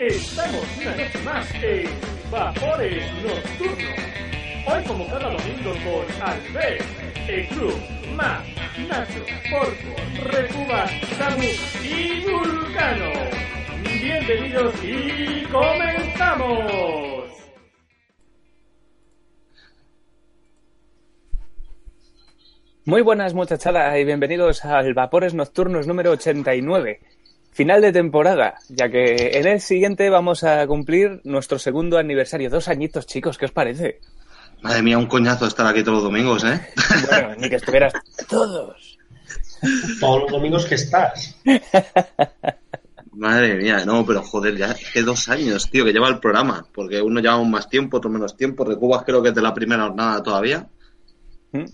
Estamos una vez más en Vapores Nocturnos. Hoy como cada domingo con Alfred, el club, más Nacho, Porco, Recuba, Samu y Vulcano. Bienvenidos y comenzamos. Muy buenas muchachadas y bienvenidos al Vapores Nocturnos número 89. Final de temporada, ya que en el siguiente vamos a cumplir nuestro segundo aniversario. Dos añitos, chicos, ¿qué os parece? Madre mía, un coñazo estar aquí todos los domingos, ¿eh? Bueno, ni que estuvieras todos. Todos los domingos que estás. Madre mía, no, pero joder, ya es que dos años, tío, que lleva el programa. Porque uno lleva aún más tiempo, otro menos tiempo. Recubas creo que es de la primera jornada todavía. ¿Mm?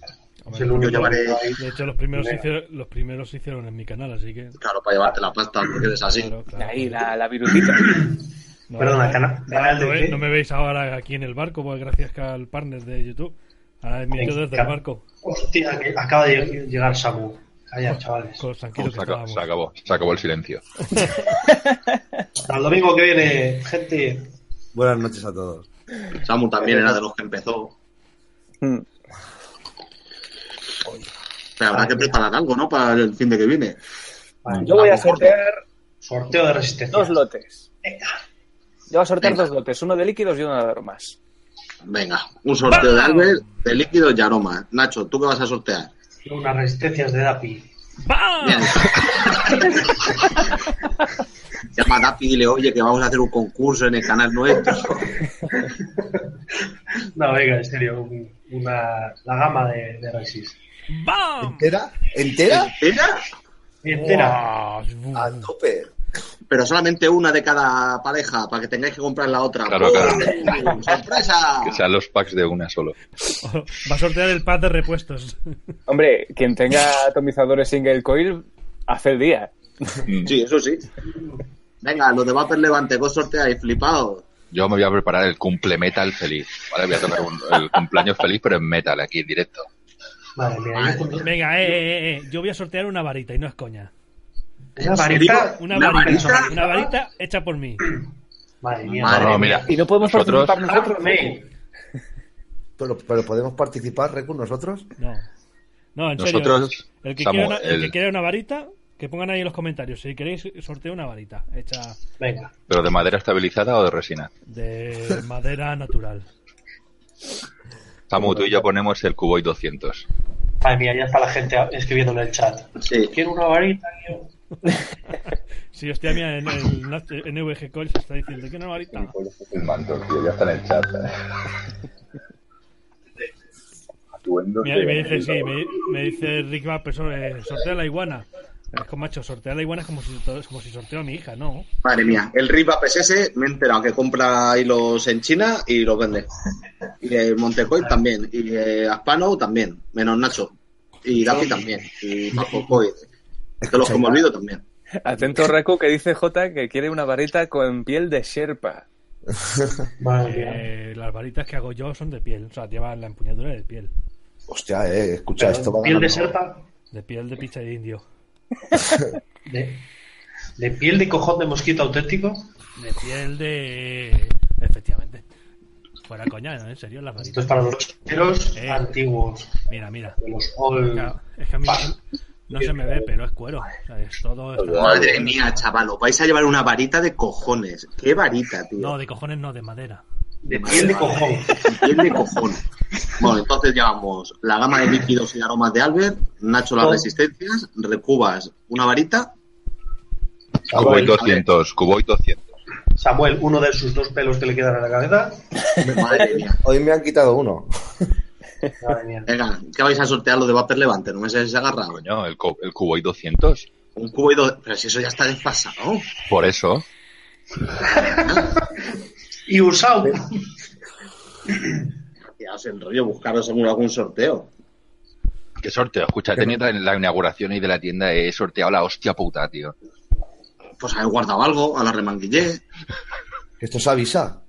Es el único Yo llevaré, De hecho, los primeros, se Venga. hicieron, los primeros se hicieron en mi canal, así que. claro, para llevarte la pasta, porque eres así. Claro, claro. Ahí, la, la virutita. No, Perdona, no, cana- no, canal de no, eh, qué? no me veis ahora aquí en el barco, pues gracias al partner de YouTube. Ahora emito Venga, desde el claro. barco. Hostia, que acaba de lleg- llegar Samu. Calla, chavales. Con los No, tranquilos se, que acabó, estábamos. se acabó, se acabó el silencio. Hasta el domingo que viene, gente. Buenas noches a todos. Samu también era de los que empezó. Mm. Pero habrá que preparar algo, ¿no? Para el fin de que viene. Vale, Yo voy a vamos, sortear Sorteo de resistencia. dos lotes. Venga. Yo voy a sortear Venga. dos lotes, uno de líquidos y uno de aromas. Venga, un sorteo de ¡Vamos! Albert, de líquidos y aromas. Nacho, ¿tú qué vas a sortear? Unas resistencias de Dapi. ¡Pam! Bien. Llama a Dapi y dile, oye, que vamos a hacer un concurso en el canal nuestro. No, venga, en serio. un- Una, la gama de, de Resis. ¡Bam! ¿Entera? ¿Entera? ¿Entera? Y entera. Guau, A tope. Pero solamente una de cada pareja, para que tengáis que comprar la otra. Claro, claro. ¡Sorpresa! Que sean los packs de una solo. Va a sortear el pack de repuestos. Hombre, quien tenga atomizadores single coil, hace el día. Mm. Sí, eso sí. Venga, los de Vapor Levante, vos sorteáis, flipados. Yo me voy a preparar el cumple metal feliz. ¿vale? Voy a tocar un- el cumpleaños feliz, pero en metal, aquí en directo. Madre mía. yo- Venga, eh, eh, eh, Yo voy a sortear una varita y no es coña. Una varita. Una, ¿Una varita, varita? Una varita hecha por mí. Madre mía. Madre No, no, mira. Y no podemos Nosotros- participar nosotros. Sí. Pero, pero podemos participar, Recu, nosotros. No. No, en Nosotros, serio. El que, Samu, quiera una, el que el- quiera una varita, que pongan ahí en los comentarios. Si queréis, sorteo una varita hecha Venga. ¿Pero de madera estabilizada o de resina? de madera natural. Samu, tú y yo ponemos el Cuboid 200. Madre mía, ya está la gente escribiendo en el chat. Sí. Quiero una varita. quiero- Si hostia mía, en el NVG Call se está diciendo que una varita. El manto, tío, ya está en el chat. eh. Mira, y me dice, sí, me, me dice Rick Vapor, so- eh, sortea la iguana. Es como, macho, sortea la iguana es como si, to- es como si sorteo a mi hija, ¿no? Madre mía, el RIP PSS me he enterado que compra hilos en China y los vende. Y el Montecoy también. Y eh, Aspano también, menos Nacho. Y Gafi también. Y Paco Coy. De los que me olvido también. Atento, Recu, que dice J que quiere una varita con piel de Sherpa. Madre mía. Eh, las varitas que hago yo son de piel, o sea, llevan la empuñadura de piel. Hostia, eh, escucha, esto va piel de ganando. serpa, De piel de picha de indio. de, de piel de cojón de mosquito auténtico. De piel de. Efectivamente. Fuera coña, ¿no? En serio, las Esto es varitas. para los chileros Eh. antiguos, Mira, mira. de los old. Claro, es que a mí no, no se me ve, pero es cuero. O sea, es todo. es todo- Madre mía, chaval, os vais a llevar una varita de cojones. Qué varita, tío. No, de cojones no, de madera. De piel de cojón. Piel de cojones. Bueno, entonces llevamos la gama de líquidos y aromas de Albert, Nacho las Todo. resistencias, recubas una varita. Cuboid 200, Cuboid 200. Samuel, uno de sus dos pelos que le quedan a la cabeza. Madre mía. Hoy me han quitado uno. Madre mía. Venga, ¿qué vais a sortear lo de Vapor Levante? No me sé si se agarra. Coño, el, cu- el Cuboid 200. Un cubo y dos. Pero si eso ya está desfasado. Por eso. Y usado. Ya os enrollo buscaros según algún sorteo. ¿Qué sorteo? Escucha, he tenido en la inauguración y de la tienda he sorteado la hostia puta, tío. Pues habéis guardado algo, a la remanguillé. Esto se avisa.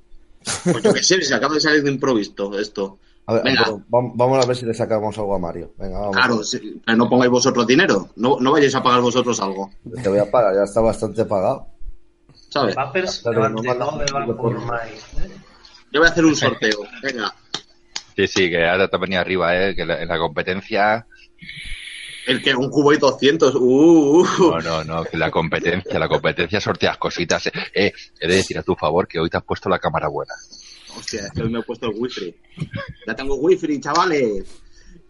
Pues yo qué sé, si acaba de salir de improviso esto. A ver, Venga. pero vam- vamos a ver si le sacamos algo a Mario. Venga, vamos. Claro, sí, pero no pongáis vosotros dinero. No, no vayáis a pagar vosotros algo. Te voy a pagar, ya está bastante pagado. ¿sabes? Vapers Claro, levante, no manda- no de ¿eh? Vapormail. Yo voy a hacer un sorteo, venga. Sí, sí, que ahora te venía arriba, ¿eh? Que la- en la competencia... El que un cubo y 200, uh, uh, uh. No, no, no, que la competencia, la competencia sorteas cositas. eh. Eh, he de decir a tu favor que hoy te has puesto la cámara buena. Hostia, es que hoy me he puesto el wifi. Ya tengo wifi, chavales.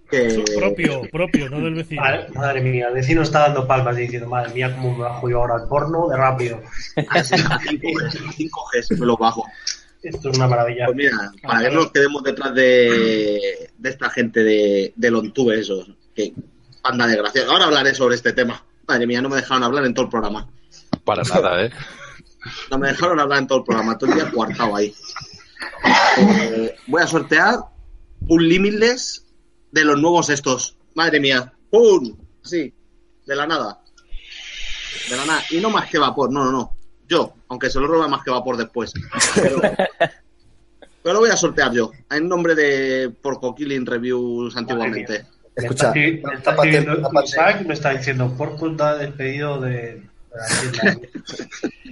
Que... Propio, propio, no del vecino. Madre, madre mía, el vecino está dando palmas y diciendo, madre mía, cómo me bajo yo ahora al porno de rápido. A 5G me lo bajo. Esto es una maravilla. Pues mira, para que no nos quedemos detrás de, de esta gente de, de Lontube, esos. Que anda desgraciado. Ahora hablaré sobre este tema. Madre mía, no me dejaron hablar en todo el programa. Para nada, ¿eh? No me dejaron hablar en todo el programa, todo el día cuartado ahí. Eh, voy a sortear un Limitless de los nuevos estos. Madre mía. ¡Pum! Así, de la nada. De la nada. Y no más que vapor, no, no, no. Yo, aunque se lo roba más que vapor después. Pero, pero lo voy a sortear yo, en nombre de Porco Killing Reviews antiguamente. Me Escucha, está, escri- me está tápate, escribiendo tápate. Isaac, me está diciendo, por culpa del pedido de, de la tienda.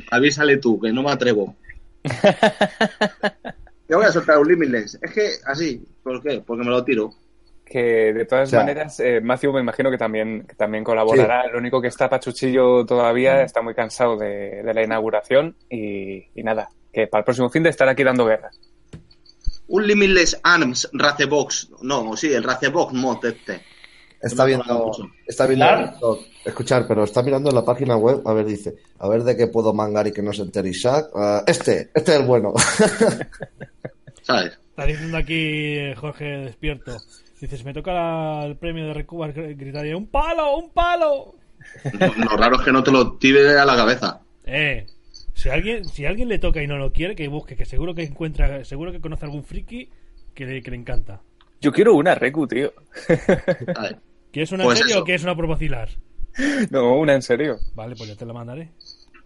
Avísale tú, que no me atrevo. Yo voy a sortear un Limitless. Es que así, ¿por qué? Porque me lo tiro. Que de todas O sea- maneras, eh, Matthew me imagino que también, que también colaborará. Lo único que está Pachuchillo todavía, está muy cansado de, de la inauguración y, y nada, que para el próximo fin de estar aquí dando guerras. Un Limitless Arms Racebox. No, sí, el Racebox mod este. Está viendo, está viendo, Claro. no, escuchar, pero está mirando en la página web, a ver, dice, a ver de qué puedo mangar y que no se entere Isaac. Ah, este, este es el bueno. ¿Sabes? Está diciendo aquí eh, Jorge Despierto. Dices, me toca la- el premio de Recubar, gr- gritaría, ¡un palo, un palo! Lo raro es que no te lo tire a la cabeza. Eh, si alguien, si alguien le toca y no lo quiere, que busque, que seguro que encuentra, seguro que conoce algún friki que le, que le encanta. Yo quiero una Recu, tío. ¿sabes? ¿Quieres una Pues en serio eso. o quieres una por vacilar? No, una en serio. Vale, pues ya te la mandaré.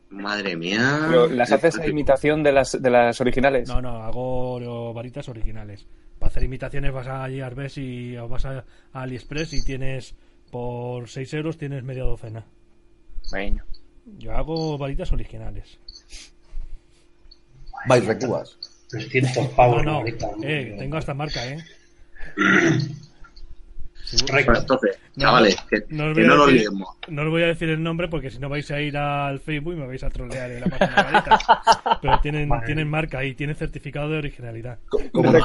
Madre mía. Pero las haces a imitación de las, de las originales. No, no, hago lo- varitas originales. Para hacer imitaciones vas a Arbes y o vas a, a AliExpress y tienes por 6 euros tienes media docena. Bueno. Yo hago varitas originales. Vais recubas. 300 No, pavos. no, ahorita. eh, tengo hasta marca, eh. Bueno, Recto. pues, entonces, No, chavales, que que no no, os voy a nos decir- liemos. No os voy a decir el nombre porque si no vais a ir al Facebook y me vais a trolear en la página de varitas. Pero tienen, Vale. tienen marca y tienen certificado de originalidad. ¿Cómo, nos-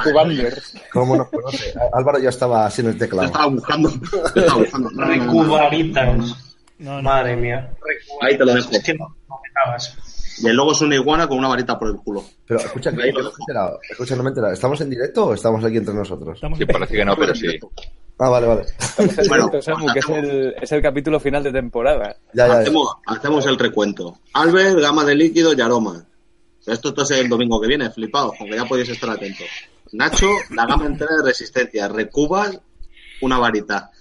cómo nos conoce? Á- Álvaro ya estaba sin el Yo teclado. estaba buscando. Yo estaba buscando. No, no, no, no. Recubaritas. No, no. Madre mía. Ahí te lo dejo. Es que no, no me dabas. Y el logo es una iguana con una varita por el culo. Pero escucha, que Ahí yo lo no me he dejo. enterado. Escucha, no me he enterado. ¿Estamos en directo o estamos aquí entre nosotros? Estamos Sí, parece que no, pero sí. Ah, vale, vale. Bueno, Samu, que es el, es el capítulo final de temporada. Ya, ya, ya. Hacemos, hacemos el recuento. Albert, gama de líquido y aroma. Esto todo es el domingo que viene, flipados, aunque ya podéis estar atentos. Nacho, la gama entera de resistencia. Recubas, una varita.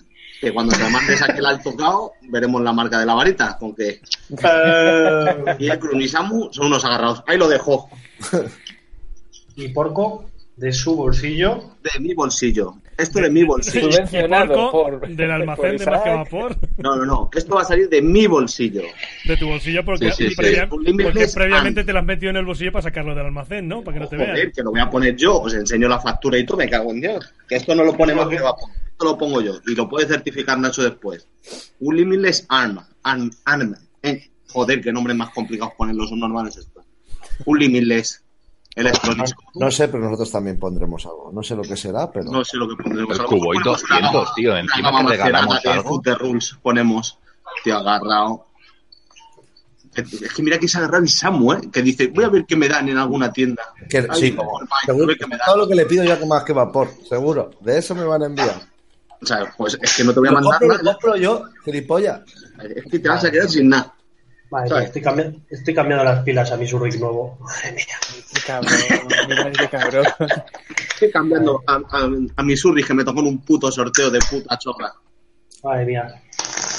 Que cuando se mande saque el alto cao, veremos la marca de la varita. Con que Eh, y el Crunisamu son unos agarrados. Ahí lo dejo, y porco de su bolsillo. de mi bolsillo. Esto de mi bolsillo. Subvencionado Porco por. del almacén por de más que Isaac. vapor. No, no, no. Esto va a salir de mi bolsillo. De tu bolsillo porque, Sí, sí, sí. previa- Un límite porque es previamente antes. te lo has metido en el bolsillo para sacarlo del almacén, ¿no? Para que no te vean. Joder, que lo voy a poner yo, os enseño la factura y tú me cago en Dios. Que esto no lo pone más que vapor, esto lo pongo yo y lo puede certificar Nacho después. Un Limitless Arm, Arm, Arm. Eh, joder, qué nombres más complicados ponen los normales estos. Un Limitless electrónico. Ah, No sé, pero nosotros también pondremos algo. No sé lo que será, pero. No sé lo que pondremos. El A lo mejor cubo y ponemos una 200, gama- tío, una encima gama que regalamos macerada de algo. Foot the Rules ponemos. Tío, agarrado. Es que mira que se ha agarrado Samu, ¿eh? Que dice, voy a ver qué me dan en alguna tienda. Que- Ay, sí, por favor, voy a seguro, ver qué me dan. todo lo que le pido ya que más que vapor, seguro. De eso me van a enviar. O sea, pues es que no te voy a Lo mandar compro, lo nada. compro yo, gilipollas. Es que te vas a quedar sin nada. Madre ¿Sabes? mía, estoy, cambi- estoy cambiando las pilas a mi Zurich nuevo. Madre mía. Qué cabrón, mirad qué cabrón. Estoy cambiando a, a, a mi Surri que me tocó en un puto sorteo de puta chorra. Madre mía.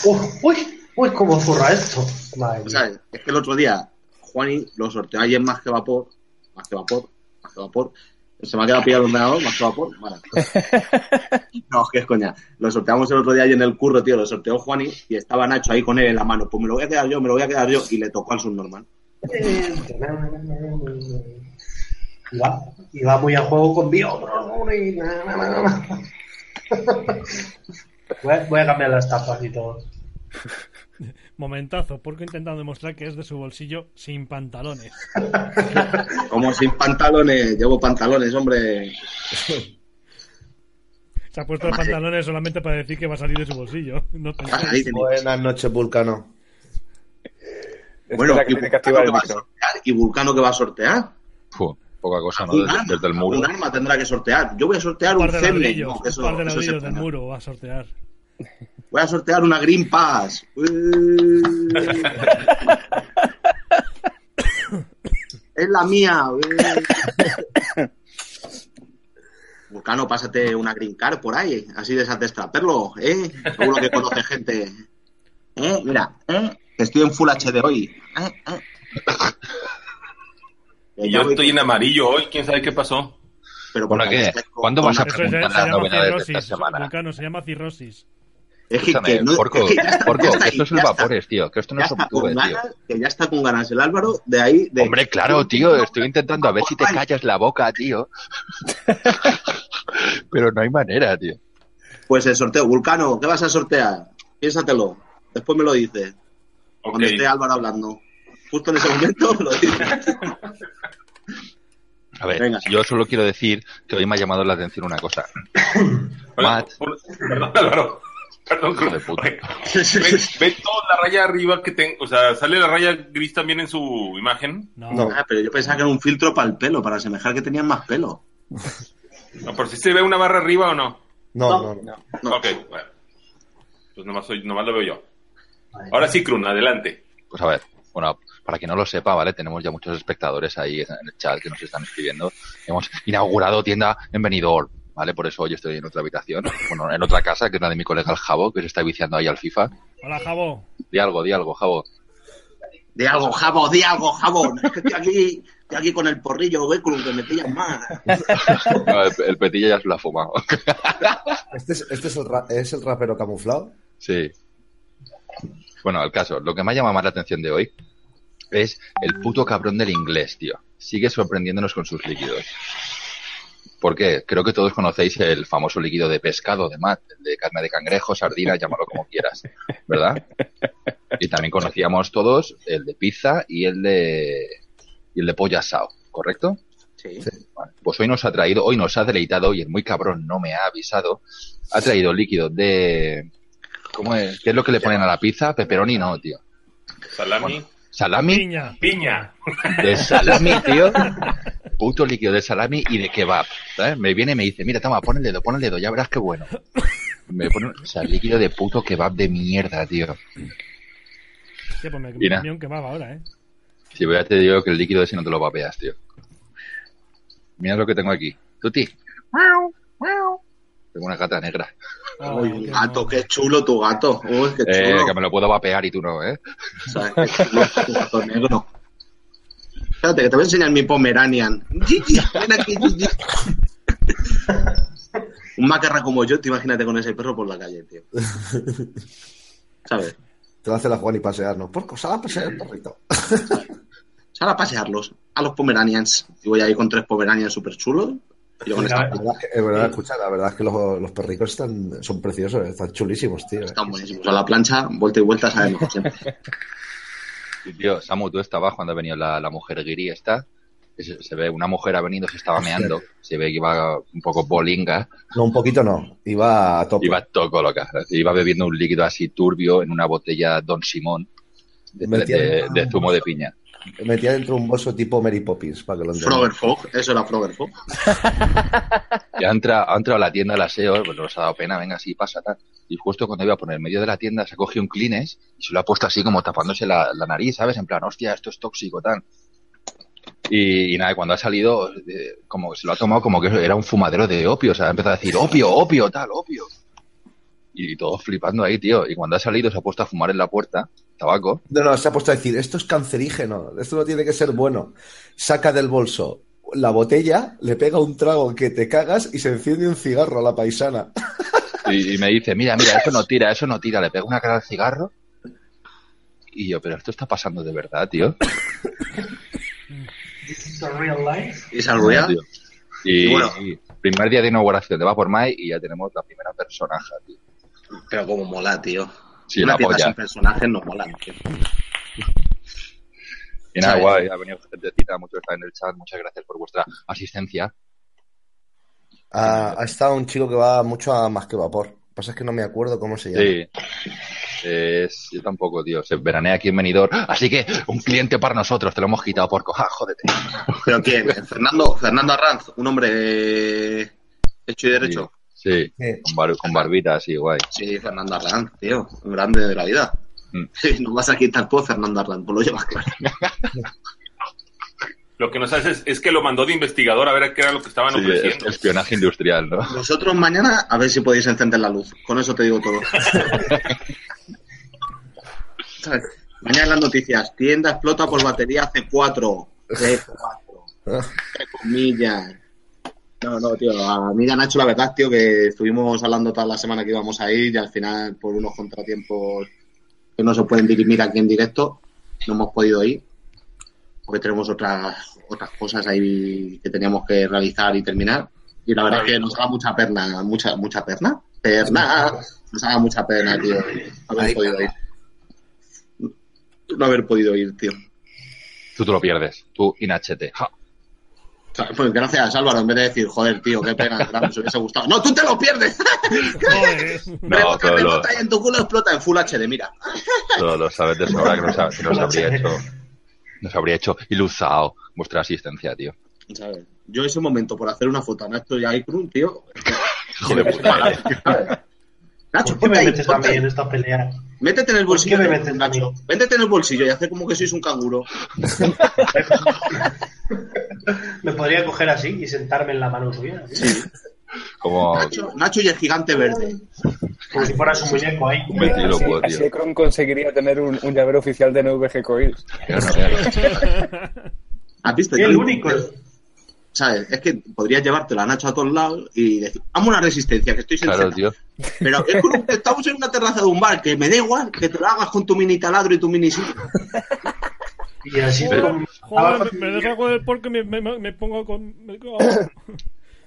Uf, uy, uy, cómo zurra esto. Madre O mía. sea, es que el otro día Juani lo sorteó ayer más que vapor, más que vapor, más que vapor. Se me ha quedado pillado el ordenador, más que vapor. Vale. No, que es coña. Lo sorteamos el otro día ayer en el curro, tío. Lo sorteó Juani y estaba Nacho ahí con él en la mano. Pues me lo voy a quedar yo, me lo voy a quedar yo. Y le tocó al subnormal. Y va, y va muy a juego con Bio. Voy a, voy a cambiar las tapas y todo. Momentazo, porque intentando demostrar que es de su bolsillo sin pantalones. Como sin pantalones, llevo pantalones, hombre. Se ha puesto de Madre. pantalones solamente para decir que va a salir de su bolsillo. No Ah, pensáis. ahí tenéis. Buenas noches, Vulcano. Bueno, Espera que y tiene que Vulcano activar que el va a micro. sortear, y Vulcano que va a sortear. Fu, poca cosa, ¿no? Un Desde, arma, desde el muro. Un arma tendrá que sortear. Yo voy a sortear Un un par de Zemne. No, ladrillos, eso- un par de eso se ladrillos del pone. muro va a sortear. Voy a sortear una Green Pass. Uy. es la mía. uy. Vulcano, pásate una Green Card por ahí. Así desatestraperlo, ¿eh? Seguro que conoce gente. ¿Eh? Mira, ¿eh? Que estoy en Full HD hoy. ¿Eh? ¿Eh? Que Y ya yo voy- estoy en amarillo hoy, quién sabe qué pasó. Pero ¿Bueno, porque qué? estás con- ¿Cuándo con vas a la- Eso es- se, Pregunta la llama novedad de esta cirrosis. semana. Vulcano, se llama cirrosis. Es que, Escúchame, que no- porco, es que ya está- porco, ya está que ahí, esto es el ya está. vapores, tío, que esto no ya es un está con tube, tío. ganas, que ya está con ganas el Álvaro, de ahí. De, Hombre, claro, tío, estoy intentando a ver si te callas la boca, tío. Pero no hay manera, tío. Pues el sorteo, Vulcano, ¿qué vas a sortear? Piénsatelo, después me lo dices, Ok. cuando esté Álvaro hablando. Justo en ese momento lo dices. A ver, Venga. yo solo quiero decir que hoy me ha llamado la atención una cosa. Oye, Matt. por- Perdón, Álvaro. Perdón, Hijo de puta. Oye, Ve, ve toda la raya arriba que tengo. O sea, sale la raya gris también en su imagen. No. No. Ah, pero yo pensaba que era un filtro para el pelo, para asemejar que tenían más pelo. No, por si se ve una barra arriba o no. No, no, no. No. Ok, bueno. Pues nomás, soy, nomás lo veo yo. Ahora sí, Krun, adelante. Pues a ver, bueno, para quien no lo sepa, ¿vale? Tenemos ya muchos espectadores ahí en el chat que nos están escribiendo. Hemos inaugurado tienda en Benidorm, ¿vale? Por eso hoy estoy en otra habitación, bueno, en otra casa, que es la de mi colega el Jabo, que se está viciando ahí al FIFA. Hola, Jabo. Di algo, di algo, Jabo. Di algo, Jabo, di algo, Jabo. Es que estoy aquí, estoy aquí con el porrillo, güey, con lo que me pillan más. No, el, el petilla ya se lo ha fumado. Este, es, este es, el ra- es el rapero camuflado. Sí. Bueno, al caso, lo que me ha llamado más la atención de hoy es el puto cabrón del inglés, tío. Sigue sorprendiéndonos con sus líquidos. ¿Por qué? Creo que todos conocéis el famoso líquido de pescado de mat, el de carne de cangrejo, sardina, llámalo como quieras, ¿verdad? Y también conocíamos todos el de pizza y el de y el de pollo asado, ¿correcto? Sí. Vale, Pues hoy nos ha traído, hoy nos ha deleitado y el muy cabrón no me ha avisado. Ha traído líquido de. ¿Cómo es? ¿Qué es lo que le ponen a la pizza? Pepperoni no, tío. Salami. Salami, Piña. Piña. de salami, tío. Puto líquido de salami y de kebab. ¿sabes? Me viene y me dice, mira, toma, pon el dedo, pon el dedo, ya verás qué bueno. Me pone, o sea, líquido de puto kebab de mierda, tío. Sí, pues me, me Mira. comí un kebab ahora, ¿eh? Si voy a te digo que el líquido ese no te lo vapeas, tío. Mira lo que tengo aquí. Tuti. Tengo una gata negra. Oh, Uy, qué gato, mono. qué chulo tu gato. Uy, qué Eh, que chulo. me lo puedo vapear y tú no, ¿eh? O sea, qué chulo tu gato negro. Espérate, que te voy a enseñar mi Pomeranian. Gigi, ven aquí, Gigi. Un macarra como yo, te imagínate con ese perro por la calle, tío. ¿Sabes? Te lo hace la Juan y pasearnos. Porco, sal a pasear el perrito. Sal a pasearlos, a los Pomeranians. Y voy ahí con tres Pomeranians súper chulos. Y yo con Mira, esta. La verdad es que- eh, bueno, escucha, la verdad es que los, los perricos están, son preciosos, están chulísimos, tío. Están buenísimos. A la plancha, vuelta y vuelta, sabemos siempre. Y, Tío, Samu, tú estabas cuando ha venido la, la mujer guiri esta. que Se, se ve, una mujer ha venido, se estaba meando. Se ve que iba un poco bolinga. No, un poquito no. Iba a tope. Iba todo loca. Iba bebiendo un líquido así turbio en una botella Don Simón de, de- Metía- de- de zumo de piña. Metía dentro un bolso tipo Mary Poppins, para que lo Frogger entendáis. Fogg, eso era Frogger Fogg. Ya ha entra- ha entrado, a la tienda al aseo, pues nos ha dado pena, venga, sí, pasa, tal. Y justo cuando iba a poner en medio de la tienda, se ha cogido un clines y se lo ha puesto así como tapándose la, la nariz, ¿sabes? En plan, hostia, esto es tóxico, tal. Y, y nada, cuando ha salido, eh, como que se lo ha tomado como que era un fumadero de opio, o sea, ha empezado a decir opio, opio, tal, opio. Y todos flipando ahí, tío. Y cuando ha salido, se ha puesto a fumar en la puerta, tabaco. No, no, se ha puesto a decir, esto es cancerígeno, esto no tiene que ser bueno. Saca del bolso la botella, le pega un trago que te cagas y se enciende un cigarro a la paisana. Y, y me dice, mira, mira, eso no tira, eso no tira. Le pego una cara al cigarro Y yo, pero esto está pasando de verdad, tío. It's a real life. ¿Es al real? Tío. Y, Y bueno. y primer día de inauguración de Vapormai y ya tenemos la primera personaje, tío. Pero como mola, tío. Sí, Una la tienda polla. sin personajes no mola, tío. Y nada, Sí. guay, ha venido gentecita, mucho está en el chat, muchas gracias por vuestra asistencia. Ha, ha estado un chico que va mucho a más que vapor. Lo que pasa es que no me acuerdo cómo se llama. Sí. Es, yo tampoco, tío. Se veranea aquí en Benidorm. Así que un cliente para nosotros, te lo hemos quitado, porco. Ja, jódete. ¿Pero quién? Fernando, Fernando Arranz, un hombre eh, hecho y derecho. Sí, Sí. con, bar- con barbita, sí, guay. Sí, Fernando Arranz, tío. Un grande de la vida. Mm. No vas a quitar por Fernando Arranz, por lo llevas claro. Lo que nos hace es, es que lo mandó de investigador a ver a qué era lo que estaban Sí, es- ofreciendo. espionaje industrial, ¿no? Vosotros mañana a ver si podéis encender la luz. Con eso te digo todo. ¿Sabes? mañana en las noticias. Tienda explota por batería C4. C4. eh, Entre comillas. No, no, tío. A mí ya Nacho, la verdad, tío, que estuvimos hablando toda la semana que íbamos a ir y al final, por unos contratiempos que no se pueden dirimir aquí en directo, no hemos podido ir. Porque tenemos otras, otras cosas ahí que teníamos que realizar y terminar. Y la verdad es que nos haga mucha perna, mucha, mucha perna. Perna. Nos haga mucha pena, tío. No haber Ahí, podido ir. No haber podido ir, tío. Tú te lo pierdes, tú inachete. Ja. O sea, Pues gracias, Álvaro, en vez de decir, joder, tío, qué pena, claro, nos hubiese gustado. No, tú te lo pierdes. Joder. No, Rebota, todo lo, rebota y en tu culo explota en Full HD, mira. todo lo sabes de sobra que nos, ha- que nos habría hecho. Nos habría hecho iluzao vuestra asistencia, tío. ¿Sabes? Yo ese momento por hacer una foto a Nacho y a Ikrun, tío. Hijo de puta. eh. ¿sabes? Nacho, ¿Por ponte qué me ahí, metes a Ah, mí ponte ahí. en esta pelea? Métete en el ¿Por bolsillo. qué me metes a mí? Nacho. Métete en el bolsillo y hace como que sois un canguro. Oh, Me podría coger así y sentarme en la mano suya. ¿sí? Como Nacho, Nacho y el gigante verde. Como si fueras un muñeco ahí. un ventrílocuo, tío. Así Ekron conseguiría tener un, un llavero oficial de NVG Coil. Claro, claro. ¿Has visto? Soy Yo el digo, único. ¿Sabes? Es que podrías llevártelo a Nacho a todos lados y decir, hazme una resistencia, que estoy sin Claro, cena". tío. Pero es como que estamos en una terraza de un bar, que me da igual que te lo hagas con tu mini taladro y tu mini silla. Y así Pero- con- Joder, me, me deja con el porco y me, me- me pongo con. me-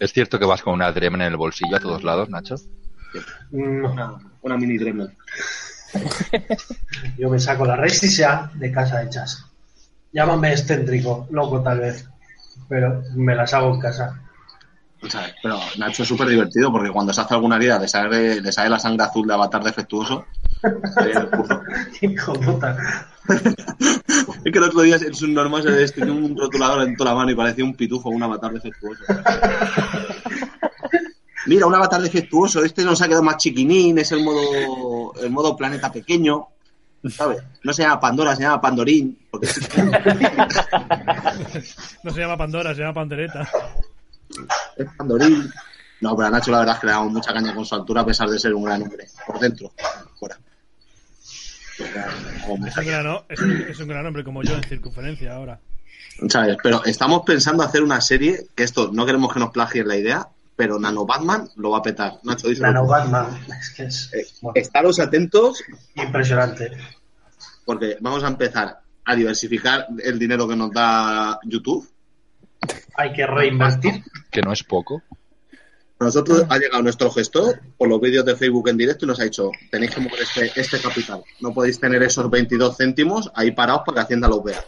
¿Es cierto que vas con una Dremen en el bolsillo a todos lados, Nacho? No, Una, una mini Dremel. yo me saco la resisa de casa de Chas. Llámame excéntrico, loco tal vez. Pero me las hago en casa. ¿Sabes? Pero Nacho es súper divertido porque cuando se hace alguna herida le sale, le sale la sangre azul de avatar defectuoso. Eh, puto. Hijo puta. Es que el otro día en sus normas se destinó un rotulador en toda la mano y parecía un pitufo, un avatar defectuoso. Mira, un avatar defectuoso. Este nos ha quedado más chiquinín, es el modo, el modo planeta pequeño. ¿Sabes? No se llama Pandora, se llama Pandorín. Porque No se llama Pandora, se llama Pandereta. es Pandorín. No, pero a Nacho la verdad es que le damos mucha caña con su altura a pesar de ser un gran hombre. Por dentro, por fuera. Pero, hombre, Es un gran, o- es un- es un gran hombre como yo en circunferencia ahora. ¿Sabes? Pero estamos pensando hacer una serie que esto no queremos que nos plagien la idea, pero Nano Batman lo va a petar. Nacho dice. Nano Batman. Es que es Eh, bueno, Estaros atentos impresionante. porque vamos a empezar a diversificar el dinero que nos da YouTube. Hay que reinvertir. Que no es poco. Nosotros ha llegado nuestro gestor por los vídeos de Facebook en directo y nos ha dicho, tenéis que mover este, este capital. No podéis tener esos 22 céntimos ahí parados para que Hacienda los vea.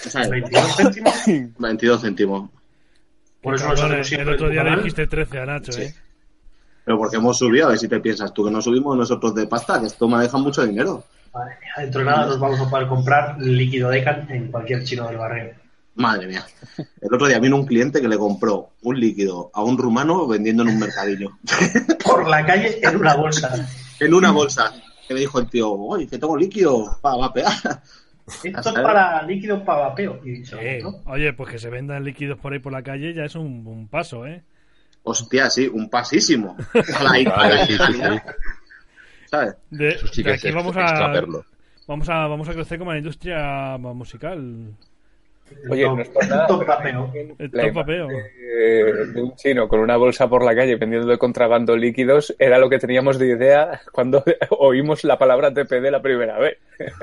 ¿Sabes? 22 céntimos. 22 céntimos. Por eso Cabrón, ¿eh? nosotros el siempre otro día le canal, dijiste 13 a Nacho, Sí. ¿eh? Pero porque hemos subido, a ver si te piensas tú que no subimos nosotros de pasta, que esto maneja mucho dinero. madre mía, Dentro de nada nos vamos a poder comprar líquido Decan en cualquier chino del barrio. Madre mía. El otro día vino un cliente que le compró un líquido a un rumano vendiendo en un mercadillo. Por la calle en una bolsa. en una bolsa. Que me dijo el tío, oye, que tengo líquido para vapear. Esto es para líquido para vapeo. Y dicho, Eh, ¿no? Oye, pues que se vendan líquidos por ahí por la calle ya es un, un paso, ¿eh? Hostia, sí, un pasísimo. A la- a la- Claro, sí, sí, sí. ¿Sabes? De, Eso sí de que es aquí ex- vamos a, extraperlo. vamos a vamos a crecer como la industria musical. Oye, Top- no es por nada, top pero- vapeo. El La top imagen vapeo. de, eh, de un chino con una bolsa por la calle vendiendo de contrabando líquidos era lo que teníamos de idea cuando oímos la palabra TPD la primera vez.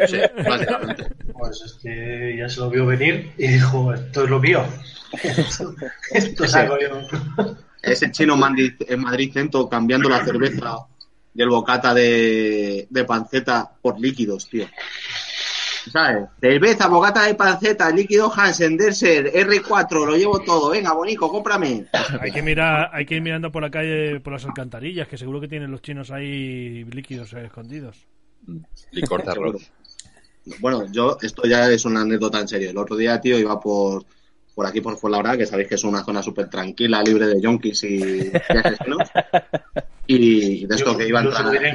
Sí, básicamente. Pues es que ya se lo vio venir y dijo, esto es lo mío. Esto, esto saco yo. Ese chino mandi- en Madrid Centro cambiando la cerveza y el bocata de, de panceta por líquidos, tío. ¿Sabes? Cerveza, bocata de panceta, líquido Hansen, Derser, R4, lo llevo todo. Venga, bonico, cómprame. Hay que, mirar, hay que ir mirando por la calle, por las alcantarillas, que seguro que tienen los chinos ahí líquidos eh, escondidos. Licor de arroz. Bueno, yo, esto ya es una anécdota en serio. El otro día, tío, iba por, por aquí, por Fuenlabrada, que sabéis que es una zona súper tranquila, libre de yonkis y, y asesinos. Y de esto Yo que iban incluso diré,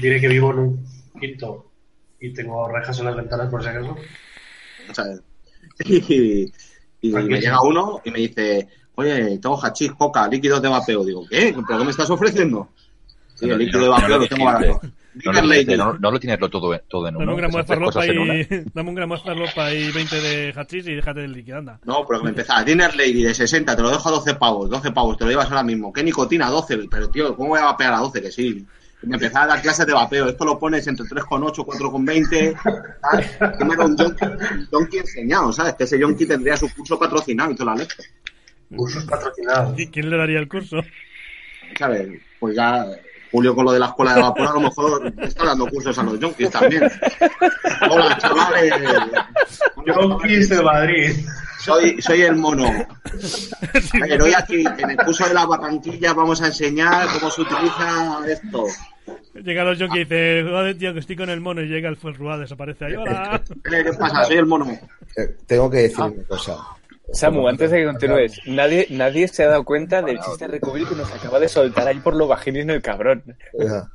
diré que vivo en un quinto y tengo rejas en las ventanas por si acaso. ¿sabes? Y, y Tranquilo. me llega uno y me dice, oye, tengo hachís, coca, líquidos de vapeo. Digo, ¿qué? ¿Pero qué me estás ofreciendo? Sí, el líquido de No, no, vapeo no, lo tengo no, barato. No, no, Díganle, no, no lo tienes lo todo, todo en uno. Dame un gramo de esas tres farlopa cosas en una. y. Dame un gramo de farlopa y 20 de hachís y déjate del líquido, anda. No, pero que me empezaba, Dinner Lady de 60, te lo dejo a 12 pavos, 12 pavos, te lo llevas ahora mismo. ¿Qué nicotina? 12, pero tío, ¿cómo voy a vapear a 12? Que sí. Y Me empezaba a dar clases de vapeo, esto lo pones entre 3,8, 4,20, tal. Y me era un yonki, un yonki enseñado, ¿sabes? Que ese yonki tendría su curso patrocinado y toda la leche, Cursos patrocinados. ¿Y quién le daría el curso? ¿sabes? Pues ya, Julio con lo de la escuela de vapor, a lo mejor está dando cursos a los yonkis también. Hola, chavales. Yonkis de Madrid. Soy, soy el mono. A ver, hoy aquí, en el curso de la barranquilla, vamos a enseñar cómo se utiliza esto. Llega los yonkis y dice: Joder, tío, que estoy con el mono. Y llega el Fuenrua, desaparece ahí. ¡Hola! Eh, ¿Qué pasa? Soy el mono. Eh, Tengo que decir una cosa. Samu, antes de que continúes, nadie, nadie se ha dado cuenta del chiste recubil que nos acaba de soltar ahí por lo vaginismo el cabrón. Ya.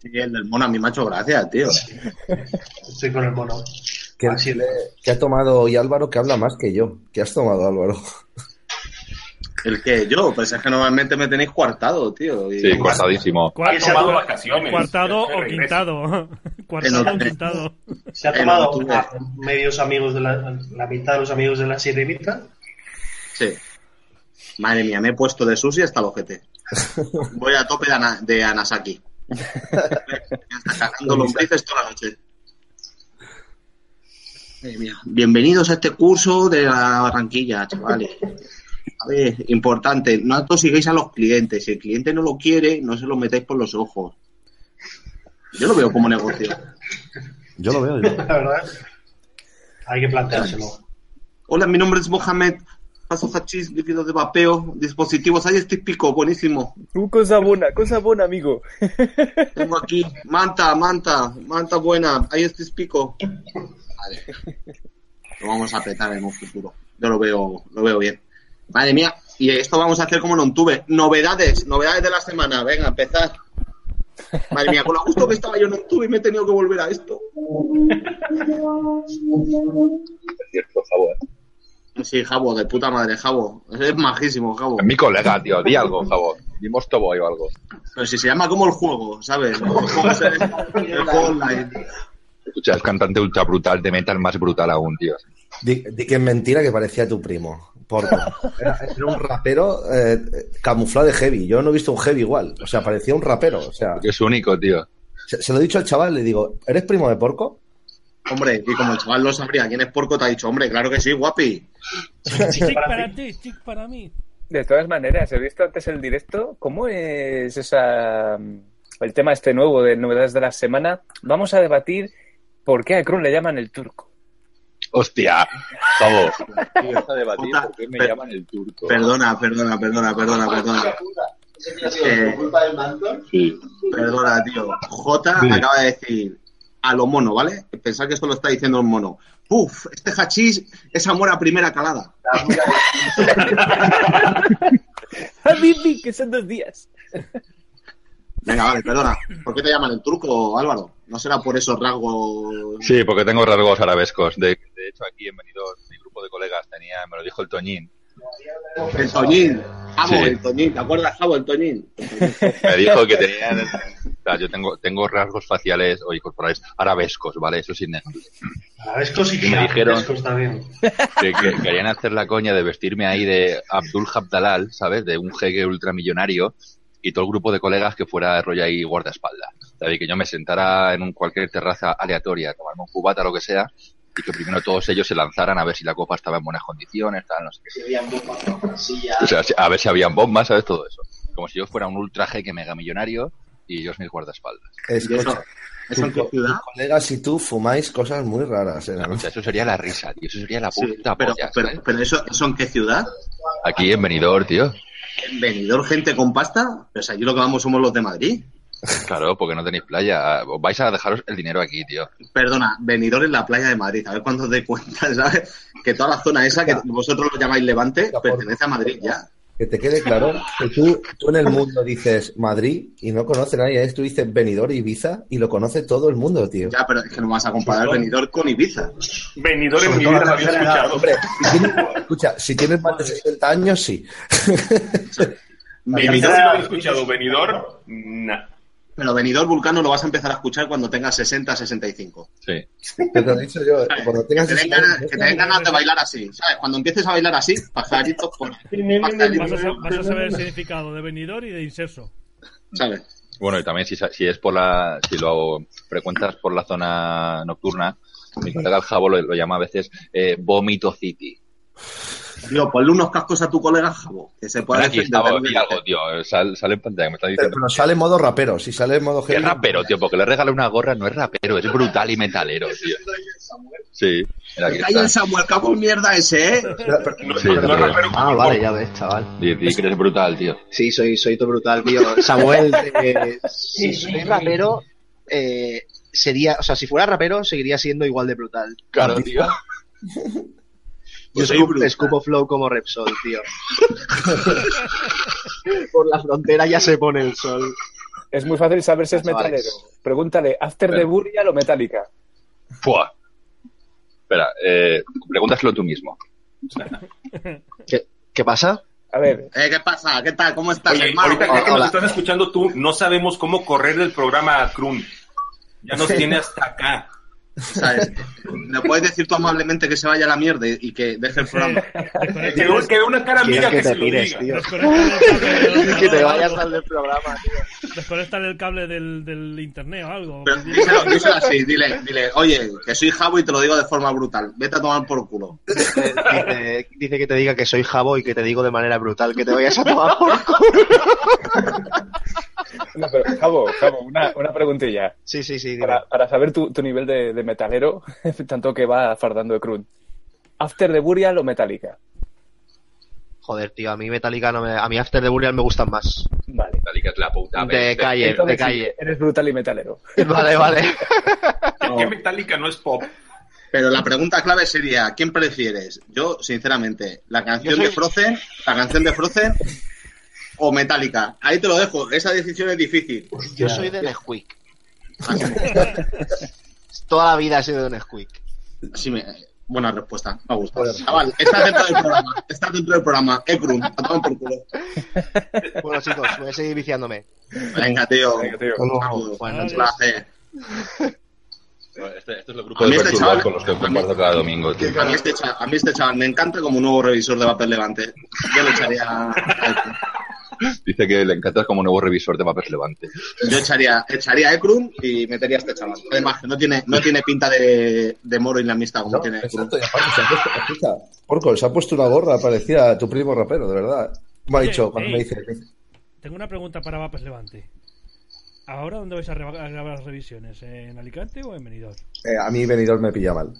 Sí, el del mono a mí me ha hecho gracia, tío. Estoy con el mono. Que, Así es. que ha tomado hoy Álvaro que habla más que yo. ¿Qué has tomado, Álvaro? El que yo, pues es que normalmente me tenéis cuartado, tío. Y Sí, cortadísimo. Cuar- Ese tomado ha tomado- vacaciones. Cuartado Este o regreso. quintado. Cuartado o quintado. Se ha Eh, tomado no, tú no. a medios amigos de la, la mitad de los amigos de la sirenita. Sí. Madre mía, me he puesto de sushi hasta el ojete. Voy a tope de, Ana- de Anasaki. Hasta cagando lombrices toda la noche. Madre mía. Bienvenidos a este curso de la Barranquilla, chavales. A ver, importante, no atosiguéis a los clientes. Si el cliente no lo quiere, no se lo metáis por los ojos. Yo lo veo como negocio. Yo lo veo. Yo. La verdad, hay que planteárselo. Hola, mi nombre es Mohamed. Paso hachís, líquidos de vapeo, dispositivos. Ahí es típico, buenísimo. Uh, cosa buena, cosa buena, amigo. Tengo aquí manta, manta, manta buena. Ahí este pico. Vale. Lo vamos a petar en un futuro. Yo lo veo, lo veo bien. Madre mía. Y esto vamos a hacer como en Ontuve. Novedades, novedades de la semana. Venga, empezar. Madre mía, con lo gusto que estaba yo en Ontuve y me he tenido que volver a esto. Es cierto, Jabo, ¿eh? Sí, Jabo, de puta madre, Jabo. Es majísimo, Jabo. Es mi colega, tío. Di algo, Jabo. Dimos toboy o algo. Pero si se llama como el juego, ¿sabes? El juego, se- el juego online. Escucha, es cantante ultra brutal, de metal más brutal aún, tío. Di, di que es mentira que parecía tu primo. Porco. Era, era un rapero eh, camuflado de heavy. Yo no he visto un heavy igual. O sea, parecía un rapero. O sea, Que es único, tío. se, se lo he dicho al chaval, le digo, ¿eres primo de porco? Hombre, y como el chaval lo sabría, ¿quién es porco? Te ha dicho, hombre, claro que sí, guapi. Chic para ti, chic para mí. De todas maneras, he visto antes el directo. ¿Cómo es esa el tema este nuevo de novedades de la semana? Vamos a debatir por qué a Kron le llaman el turco. Hostia, Jabo. Tío, Vamos a debatir por qué me per- llaman el turco. Perdona, perdona, perdona, perdona, perdona. Eh, Sí. perdona, tío. J Dime. acaba de decir a lo mono, ¿vale? Pensad que esto lo está diciendo un mono. Puf, este hachís es amor a primera calada. Habibi, que son dos días. Venga, vale, perdona. ¿Por qué te llaman el turco, Álvaro? ¿No será por esos rasgos? Sí, porque tengo rasgos arabescos. De, de hecho, aquí en Benidorm, mi grupo de colegas tenía, me lo dijo el Toñín, El Toñín. Javo, Sí. el Toñín. ¿Te acuerdas, Javo, el Toñín? me dijo que tenían... o sea, yo tengo, tengo rasgos faciales o y corporales arabescos, ¿vale? Eso es innegable. Arabescos y Me dijeron- arabescos también. que, que querían hacer la coña de vestirme ahí de Abdul Habdalal, ¿sabes? De un jeque ultramillonario y todo el grupo de colegas que fuera rollo ahí guardaespaldas. David, que yo me sentara en un cualquier terraza aleatoria, tomarme un cubata, lo que sea, y que primero todos ellos se lanzaran a ver si la copa estaba en buenas condiciones, tal, no sé qué. Si habían bombas, ¿no? Sí, ya. O sea, a ver si habían bombas, ¿sabes? Todo eso. Como si yo fuera un ultra jeque mega millonario y ellos mis guardaespaldas. Escucha, ¿Eso en qué ciudad? colegas y tú fumáis cosas muy raras. ¿eh? Escucha, eso sería la risa, tío. Eso sería la Sí, puta pero, polla, ¿eh? ¿sabes? pero, pero eso, ¿eso en qué ciudad? Aquí en Benidorm, tío. ¿En Benidorm gente con pasta? Pues allí lo que vamos somos los de Madrid. Claro, porque no tenéis playa. Os Vais a dejaros el dinero aquí, tío. Perdona, Benidorm es la playa de Madrid. A ver cuándo te cuentas, ¿sabes? Que toda la zona esa que vosotros lo llamáis Levante Ya, por- pertenece a Madrid ya. Que te quede claro que tú, tú en el mundo dices Madrid y no conoce nadie. ¿eh? Tú dices Benidorm, Ibiza y lo conoce todo el mundo, tío. Ya, pero es que no vas a comparar Benidorm con Ibiza. Venidor en Sobre mi todo vida la lo había tercera edad, escuchado. hombre. Si tienes- escucha, si tienes más de 60 años, sí. Benidorm lo había escuchado. Venidor, nah. Pero Benidorm Vulcano lo vas a empezar a escuchar cuando tengas 60, 65. Sí. Te lo he dicho yo. eh, Cuando Que tengas te den 60 ganas, años, que te den ganas de bailar así, ¿sabes? Cuando empieces a bailar así, pajaritos por... Vas a, sa- pajaritos, vas a saber el significado de venidor y de inserso. ¿sabes? Bueno, y también si, sa- si es por la, si lo frecuentas por la zona nocturna, mi colega el Jabo lo, lo llama a veces eh, Vómito City. Tío, ponle unos cascos a tu colega Jabo, que se pueda Ven aquí, defender. Jabo, di algo, tío. Sal, sale en pantalla, me está Pero, diciendo. pero sale en modo rapero. Si sale en modo Que es heavy, rapero, tío, porque le regala una gorra, no es rapero, es brutal y metalero, tío. Sí, mira, aquí Ahí está. el Samuel, cago en mierda ese, ¿eh? Pero- pero- No, Sí, no, no, sí, sí. pero- Ah, vale, ya ves, chaval. Di- di que eres brutal, tío. Sí, soy, soy todo brutal, tío. Samuel, eh, si soy rapero, eh, sería, o sea, si fuera rapero, seguiría siendo igual de brutal. Claro, tío. Yo Yo soy escupo, brutal. escupo flow como Repsol, tío. Por la frontera ya se pone el sol. Es muy fácil saber si es Chavales. metalero. Pregúntale, ¿After de Pero- Burial o Metallica? Fua. Espera, eh, pregúntaselo tú mismo. ¿Qué, qué pasa? A ver, Eh, ¿Qué pasa? ¿Qué tal? ¿Cómo estás, Oye, hermano? ahorita ya que nos Hola. están escuchando tú, no sabemos cómo correr del programa a Krun. Ya nos tiene hasta acá. ¿Sabes? Le puedes decir tú amablemente que se vaya a la mierda y y que deje el programa. Que Eh, veo que veo una cara amiga Quiero que, que se te lo pires, diga. tío. que Que te vayas al del programa, tío. Desconectar el cable del, del internet o algo. Pero díselo, díselo así, dile, dile, oye, que soy Jabo y te lo digo de forma brutal. Vete a tomar por culo. Dice, dice que te diga que soy jabo y que te digo de manera brutal que te vayas a tomar por culo. no, pero, Javo, Javo, una, una preguntilla. Sí, sí, sí. dime. Para, para saber tu, tu nivel de, de metalero, tanto que va fardando de crud. ¿After de Burial o Metallica? Joder, tío, a mí Metallica no me... A mí After the Burial me gustan más. Vale. Metallica es la puta De bestia. calle, de Entonces, sí, calle. eres brutal y metalero. Vale, vale. Que- Que Metallica no es pop. Pero la pregunta clave sería, ¿quién prefieres? Yo, sinceramente, la canción Yo soy- de Frozen, la canción de Frozen o Metallica. Ahí te lo dejo, esa decisión es difícil. Yo soy de Nesquik. Toda la vida he sido de Nesquik. Así me- buena respuesta, me gusta. Chaval, está dentro del programa, está dentro del programa. Ekrum, a tomar por culo. Bueno, chicos, voy a seguir viciándome. Venga, tío. Venga, tío. Saludos, Buenas Un noches. placer. Este, este es el grupo A mí de este perturbar chaval- con los que a mí- comparto cada domingo, tío. A mí, este chaval, a mí este chaval me encanta como nuevo revisor de papel levante. Yo lo echaría. a- Dice que le encantas como nuevo revisor de papers levante. Yo echaría, echaría a Ekrum y metería a este chaval. Además, que no tiene, no tiene pinta de, de moro islamista como No, tiene Ekrum. exacto, y aparte se ha puesto, escucha, Porco, se ha puesto una gorra parecida a tu primo rapero, de verdad. Me ha Oye, dicho, cuando ey. me dice, Tengo una pregunta para Vapes Levante. ¿Ahora dónde vais a, reba- a grabar las revisiones? ¿En Alicante o en Benidorm? eh, a mí Benidorm me pilla mal.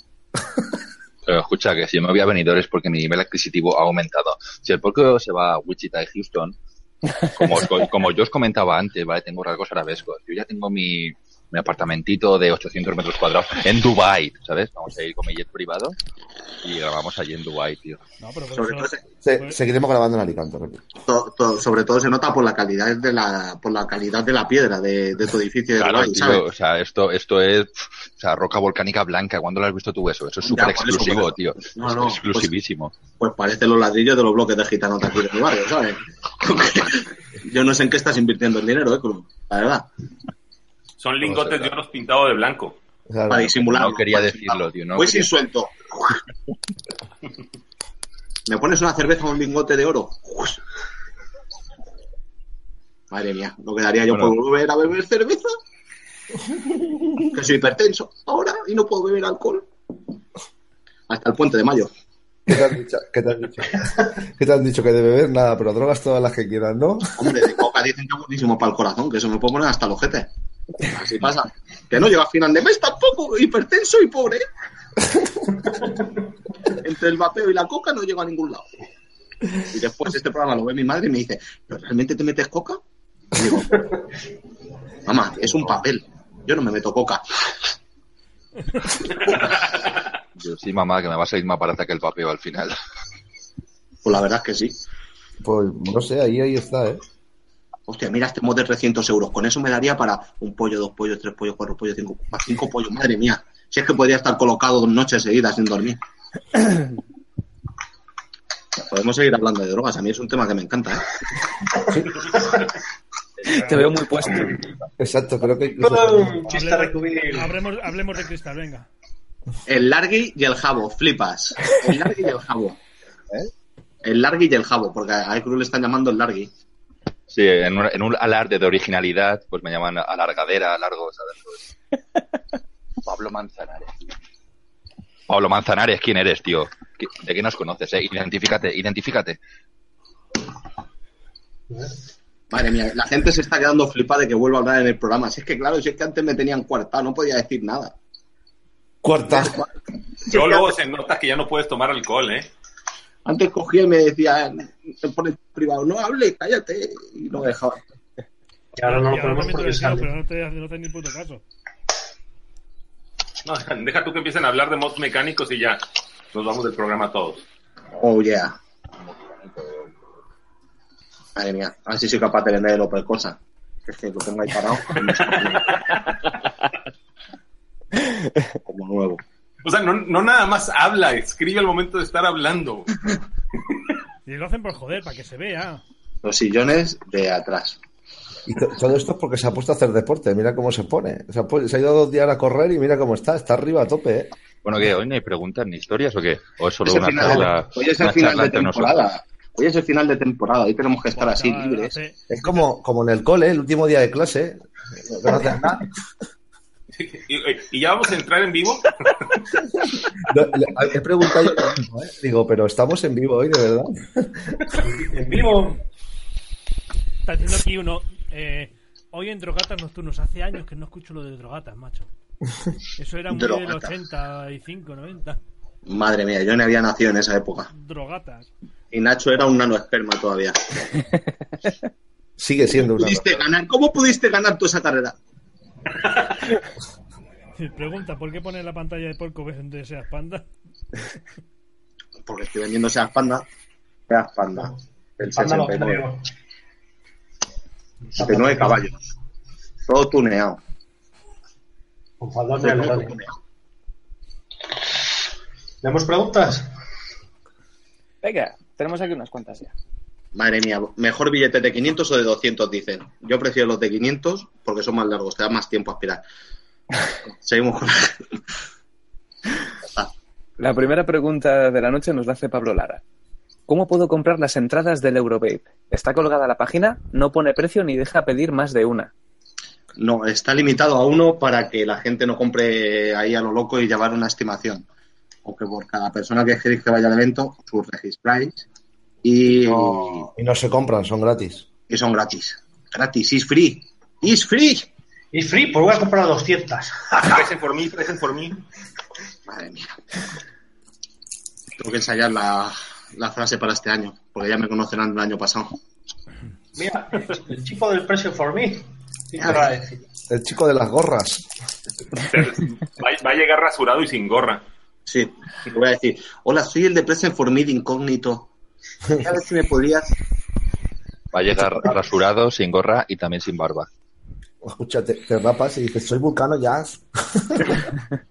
Pero escucha, que si yo me voy a Benidorm es porque mi nivel adquisitivo ha aumentado. Si el porco se va a Wichita y Houston, como, os co- como yo os comentaba antes, ¿vale? Tengo rasgos arabescos. Yo ya tengo mi, mi apartamentito de 800 metros cuadrados en Dubai, ¿sabes? Vamos a ir con mi jet privado y grabamos allí en Dubai, tío. No, pero por Sobre todo, eso... se- Se- seguiremos grabando en Alicante, repito. to- to- sobre todo se nota por la calidad de la, por la calidad de la piedra de, de tu edificio de Claro, Dubai, tío, ¿sabes? o sea, esto, esto es pf, o sea, roca volcánica blanca. ¿Cuándo lo has visto tú eso? Eso es Ya, súper por eso, exclusivo, por eso. tío. No, Es no, pues- exclusivísimo. Pues parece los ladrillos de los bloques de gitano de aquí de mi barrio, ¿sabes? Yo no sé en qué estás invirtiendo el dinero, Ekrum, la verdad. Son lingotes de oro pintados de blanco. O sea, para disimularlo. No quería para decirlo, disimularlo. tío, no Voy quería- sin suelto. ¿Me pones una cerveza o un lingote de oro? Madre mía, ¿no quedaría yo Bueno. por volver a beber cerveza? Que soy hipertenso ahora y no puedo beber alcohol. Hasta el puente de mayo. ¿Qué te han dicho? ¿Qué te han dicho? ¿Qué te han dicho? Que de beber nada, pero drogas todas las que quieras, ¿no? Hombre, de coca dicen que es buenísimo para el corazón, que eso me puedo poner hasta el ojete. Así pasa. Que no llega a final de mes tampoco, hipertenso y pobre. Entre el vapeo y la coca no llego a ningún lado. Y después este programa lo ve mi madre y me dice, ¿pero realmente te metes coca? Y digo, mamá, es un papel. Yo no me meto coca. Yo, sí, mamá, que me va a salir más barata que el papeo al final. Pues la verdad es que sí. Pues no sé, ahí, ahí está, ¿eh? Hostia, mira este mod de 300 euros. Con eso me daría para un pollo, dos pollos, tres pollos, cuatro pollos, cinco, para cinco pollos. Madre mía. Si es que podría estar colocado dos noches seguidas sin dormir. Podemos seguir hablando de drogas. A mí es un tema que me encanta. ¿eh? Te veo muy puesto. Exacto, creo que incluso... Chiste recubierto. Hablemos, hablemos de cristal, venga. El largui y el jabo. Flipas. El largui y el jabo. El largui y el jabo, porque a Cruz le están llamando el largui. Sí, en un, en un alarde de originalidad, pues me llaman alargadera, largo, ¿sabes? Pues, Pablo Manzanares. Pablo Manzanares, ¿quién eres, tío? ¿Qué- ¿De qué nos conoces, eh? Identifícate, identifícate. Madre mía, la gente se está quedando flipada de que vuelva a hablar en el programa. Si es que, claro, si es que antes me tenían cuarta, no podía decir nada. Cuarta. Yo luego se nota que ya no puedes tomar alcohol, ¿eh? Antes cogía y me decía, te pones privado, no hable, cállate. Y no me dejaba. Y ahora no Y lo ahora ponemos también te lo porque decía, sale. pero no te, no te ni puto caso. No, deja tú que empiecen a hablar de mods mecánicos y ya. Nos vamos del programa todos. Oh, yeah. Madre mía, a ver si soy capaz de vender el Opel Cosa. Que es que lo tengo ahí parado. Como nuevo. O sea, no, no nada más habla, escribe al momento de estar hablando. Y lo hacen por joder, para que se vea. Los sillones de atrás. Y to- todo esto es porque se ha puesto a hacer deporte, mira cómo se pone. Se ha, pu- se ha ido dos días a correr y mira cómo está, está arriba a tope, ¿eh? Bueno, ¿qué? ¿Hoy no hay preguntas ni historias o qué? ¿O es solo Es el una final, charla? hoy es una el final charla de entre nosotros? temporada. Hoy es el final de temporada. Hoy tenemos que estar Buah, así, chaval, libres. hace- Es como, como en el cole, el último día de clase. No haces nada. Y, y ya vamos a entrar en vivo. No, le- He preguntado yo lo mismo, ¿eh? Digo, pero estamos en vivo hoy, de verdad. En vivo. Está diciendo aquí uno. Eh, hoy en Drogatas Nocturnos. Hace años que no escucho lo de Drogatas, macho. Eso era muy del Drogatas. 85, 90. Madre mía, yo no había nacido en esa época. Drogatas. Y Nacho era un nano esperma todavía. Sigue siendo una. ¿Pudiste ganar? ¿Cómo pudiste ganar tú esa carrera? Pregunta, ¿por qué pone la pantalla de porco ves donde seas panda? Porque estoy vendiendo Seas Panda. Seas Panda. El Anda, lo 69. creo. 69 caballos. Todo tuneado. Con faldón de Todo alemán. tuneado. ¿Tenemos preguntas? Venga, tenemos aquí unas cuantas ya. Madre mía, mejor billetes de 500 o de 200, dicen. Yo prefiero los de 500 porque son más largos, te da más tiempo a aspirar. Seguimos con. La primera pregunta de la noche nos la hace Pablo Lara. ¿Cómo puedo comprar las entradas del Eurovape? Está colgada la página, no pone precio ni deja pedir más de una. No, está limitado a uno para que la gente no compre ahí a lo loco y llevar una estimación. O que por cada persona que queréis que vaya al evento, os registráis y, Y no se compran, son gratis. y son gratis. Gratis, is free. Is free. Y free, pues voy a comprar 200. Presen por mí, presen por mí. Madre mía. Tengo que ensayar la, la frase para este año, porque ya me conocerán del año pasado. Mira, el ch- el chico del precio for me. ¿Qué querrá decir? El chico de las gorras. Va, va a llegar rasurado y sin gorra. Sí, le voy a decir, hola, soy el de Present for Me de incógnito. A ver si me podías... Va a llegar rasurado, sin gorra y también sin barba. Escucha, te, te rapas y dices, soy vulcano ya. La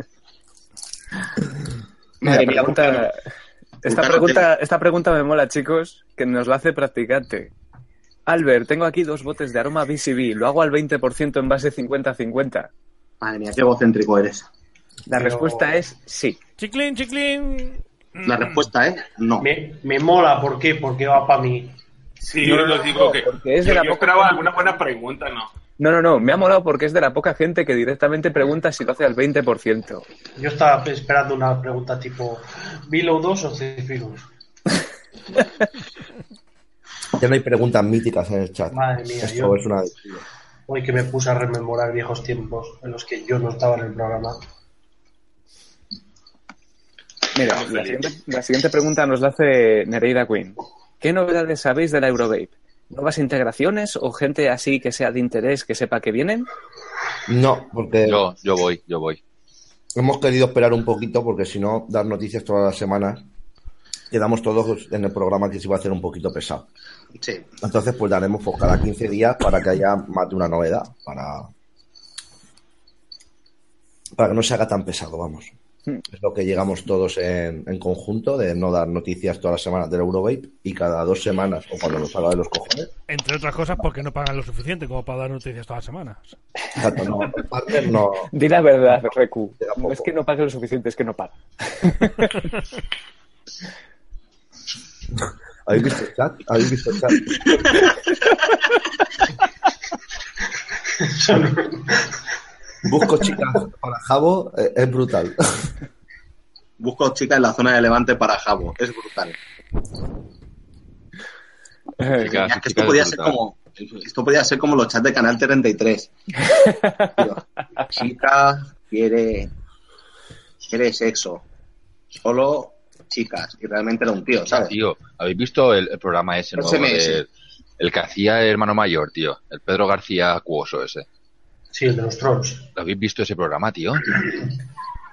Madre mía, pregunta- esta, Vulcano pregunta, esta pregunta me mola, chicos, que nos la hace practicante. Albert, tengo aquí dos botes de aroma BCB. Lo hago al 20% en base 50-50. Madre mía, qué egocéntrico eres. La Pero- respuesta es sí. Chiclin, chiclin. La respuesta es no. Me, me mola, ¿por qué? Porque va para mí. Sí, yo les digo que. porque es de yo la yo poca- esperaba alguna buena pregunta, ¿no? No, no, no, me ha molado porque es de la poca gente que directamente pregunta si lo hace al 20%. Yo estaba esperando una pregunta tipo: ¿Vilo 2 o Zephyrus? Ya no hay preguntas míticas en el chat. Madre mía, Esto yo- es una... Hoy que me puse a rememorar viejos tiempos en los que yo no estaba en el programa. Mira, Ah, la siguiente, la siguiente pregunta nos la hace Nereida Queen. ¿Qué novedades sabéis de la Eurovape? ¿Nuevas integraciones o gente así que sea de interés que sepa que vienen? No, porque Yo, yo voy, yo voy. hemos querido esperar un poquito porque si no, dar noticias todas las semanas, quedamos todos en el programa que se va a hacer un poquito pesado. Sí. Entonces, pues daremos pues, cada 15 días para que haya más de una novedad, para, para que no se haga tan pesado, vamos. Hmm. Es lo que llegamos todos en, en conjunto, de no dar noticias todas las semanas del Eurovape y cada dos semanas, o cuando nos salga de los cojones, Entre otras cosas porque no pagan lo suficiente como para dar noticias todas las semanas. tanto no, partner no, Di la verdad, Recu. Queda poco. No es que no pague lo suficiente, es que no paga. ¿Habéis visto el chat? ¿Habéis visto el chat? Busco chicas para Jabo, eh, es brutal. Busco chicas en la zona de Levante para Jabo. Es brutal. Chicas, Mira, que chicas esto, podía ser disfrutar. como, esto podía ser como los chats de Canal 33. Chica quiere, quiere sexo. Solo chicas. Y realmente era un tío, Ah, ¿sabes? tío, ¿habéis visto el, el programa ese nuevo? SMS. de- el que hacía el hermano mayor, tío. El Pedro García Cuoso ese. Sí, el de los trolls. ¿Lo habéis visto ese programa, tío?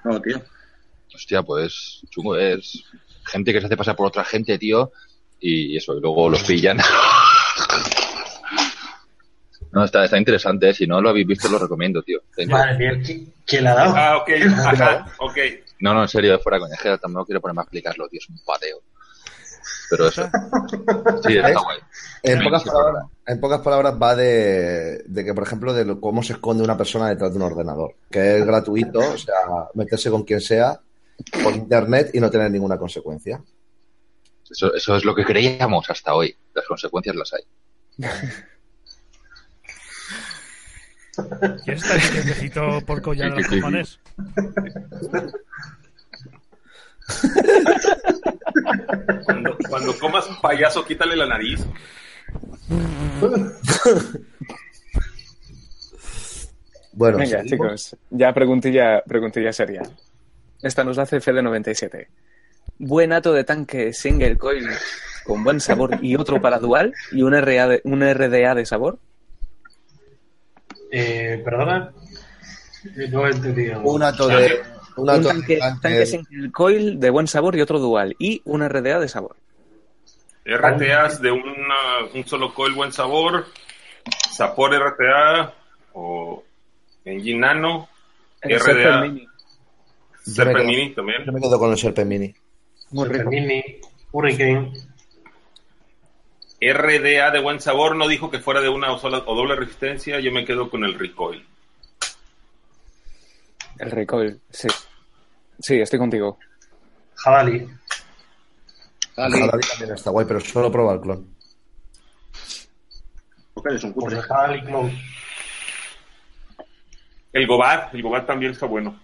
No, tío. Hostia, pues chungo es. Gente que se hace pasar por otra gente, tío. Y eso, y luego los pillan. No, está, está interesante, ¿eh? Si no lo habéis visto, lo recomiendo, tío. Está interesante. Madre mía, ¿qui- ¿quién la ha dado? Ah, ok, ajá, ok. No, no, en serio, fuera coña. es que Tampoco quiero ponerme a explicarlo, tío. Es un pateo. Pero eso. Sí, está guay. En pocas palabras, en pocas palabras va de, de que, por ejemplo, de lo- cómo se esconde una persona detrás de un ordenador, que es gratuito, o sea, meterse con quien sea por internet y no tener ninguna consecuencia. Eso, eso es lo que creíamos hasta hoy. Las consecuencias las hay. ¿Quieres estar en el viejecito por collar a los cojones? Cuando, cuando comas payaso, quítale la nariz. Bueno, Venga, seguimos. chicos, ya preguntilla, preguntilla seria. Esta nos la hace Fede97. Buen ato de tanque single coil con buen sabor y otro para dual y un RDA de, un RDA de sabor. Eh, ¿Perdona? Eh, No he entendido. un ato de... Un Un ato tanque, de tanque- tanque single coil de buen sabor y otro dual y un RDA de sabor. RTAs de una- un solo coil buen sabor, Sapor RTA o Engine Nano, El RDA. Serpent Mini. Yo me quedo- Serpent Mini también. yo me quedo con el Serpent Mini. Muy rico. Mini, Hurricane. RDA de buen sabor no dijo que fuera de una o, sola, o doble resistencia, yo me quedo con el recoil. El recoil, sí. Sí, estoy contigo. Jadali. Dale. Ojalá también está guay, pero solo prueba el clon. Porque eres un Pues cutre. el Jadali Clone. El Gobat, el Gobat también está bueno.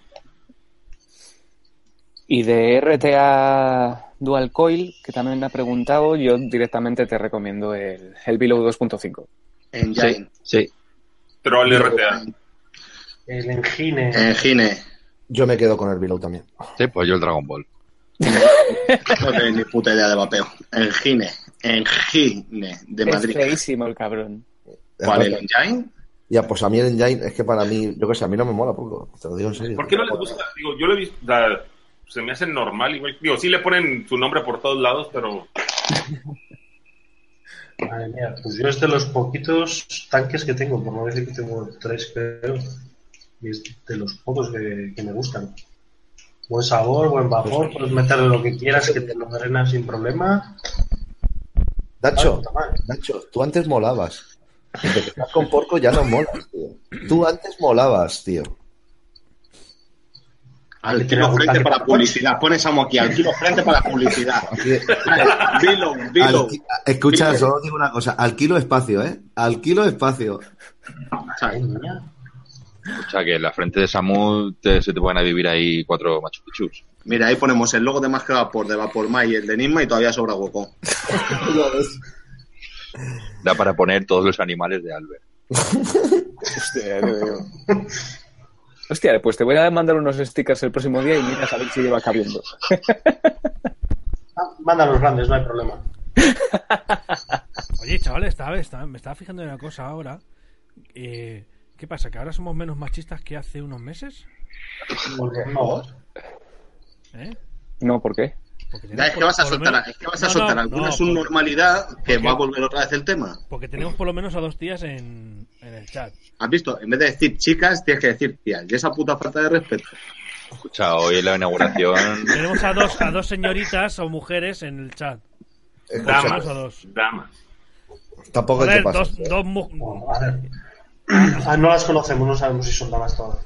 Y de RTA Dual Coil, que también me ha preguntado, yo directamente te recomiendo el, el Below 2.5. En Sí, Jain. sí. Troll RTA. El Engine. Eh. En Gine. Yo me quedo con el Below también. Sí, pues yo el Dragon Ball. No tengo ni puta idea de vapeo. En Gine. En Gine de Es Madrid. feísimo el cabrón. ¿Cuál el Engine? Ya, pues a mí el Engine es que para mí, yo que sé, a mí no me mola, poco. Te lo digo en serio. ¿Por qué no les gusta? Digo, yo lo he visto, o sea, se me hace normal igual. Digo, sí le ponen su nombre por todos lados, pero Madre mía, pues yo es de los poquitos tanques que tengo, por no decir que tengo tres, creo. Y es de los pocos que, que me gustan. Buen sabor, buen Pues vapor, puedes meterle lo que quieras, que te lo drenas sin problema. Nacho, Ah, mal. Nacho, tú antes molabas. Desde que estás con porco ya no molas, tío. Tú antes molabas, tío. Al kilo frente para publicidad. Pones a Moqui. Al kilo frente para publicidad. Aquí- Vilo, al vilo. ki- escucha, Dilo. solo digo una cosa. Al kilo espacio, ¿eh? Al kilo espacio. ¿sabes? O sea, que en la frente de Samu te- se te pueden a vivir ahí cuatro Machu Picchus. Mira, ahí ponemos el logo de Más que Vapor, de Vaporma y el de Nisma y todavía sobra hueco. Da para poner todos los animales de Albert. Hostia, ya te digo. Hostia, pues te voy a mandar unos stickers el próximo día y mira a ver si lleva cabiendo. Ah, Manda los grandes, no hay problema. Oye, chavales, estaba- estaba- me estaba fijando en una cosa ahora. Eh, ¿Qué pasa? ¿Que ahora somos menos machistas que hace unos meses? Porque no. ¿Eh? No, ¿por qué? Porque Ya, es que vas a por lo soltar, menos- es que vas No, a no, soltar no, alguna porque- subnormalidad que porque- va a volver otra vez el tema. Porque tenemos por lo menos a dos tías en, en el chat. ¿Has visto? En vez de decir chicas, tienes que decir tías. Y esa puta falta de respeto. Escucha, hoy en la inauguración Tenemos a dos, a dos señoritas o mujeres en el chat. Escucha, Tenemos Damas, a dos. damas. tampoco hay que Joder, pasar. dos, dos mu- Bueno, a ver. Ah, no las conocemos, no sabemos si son damas todas.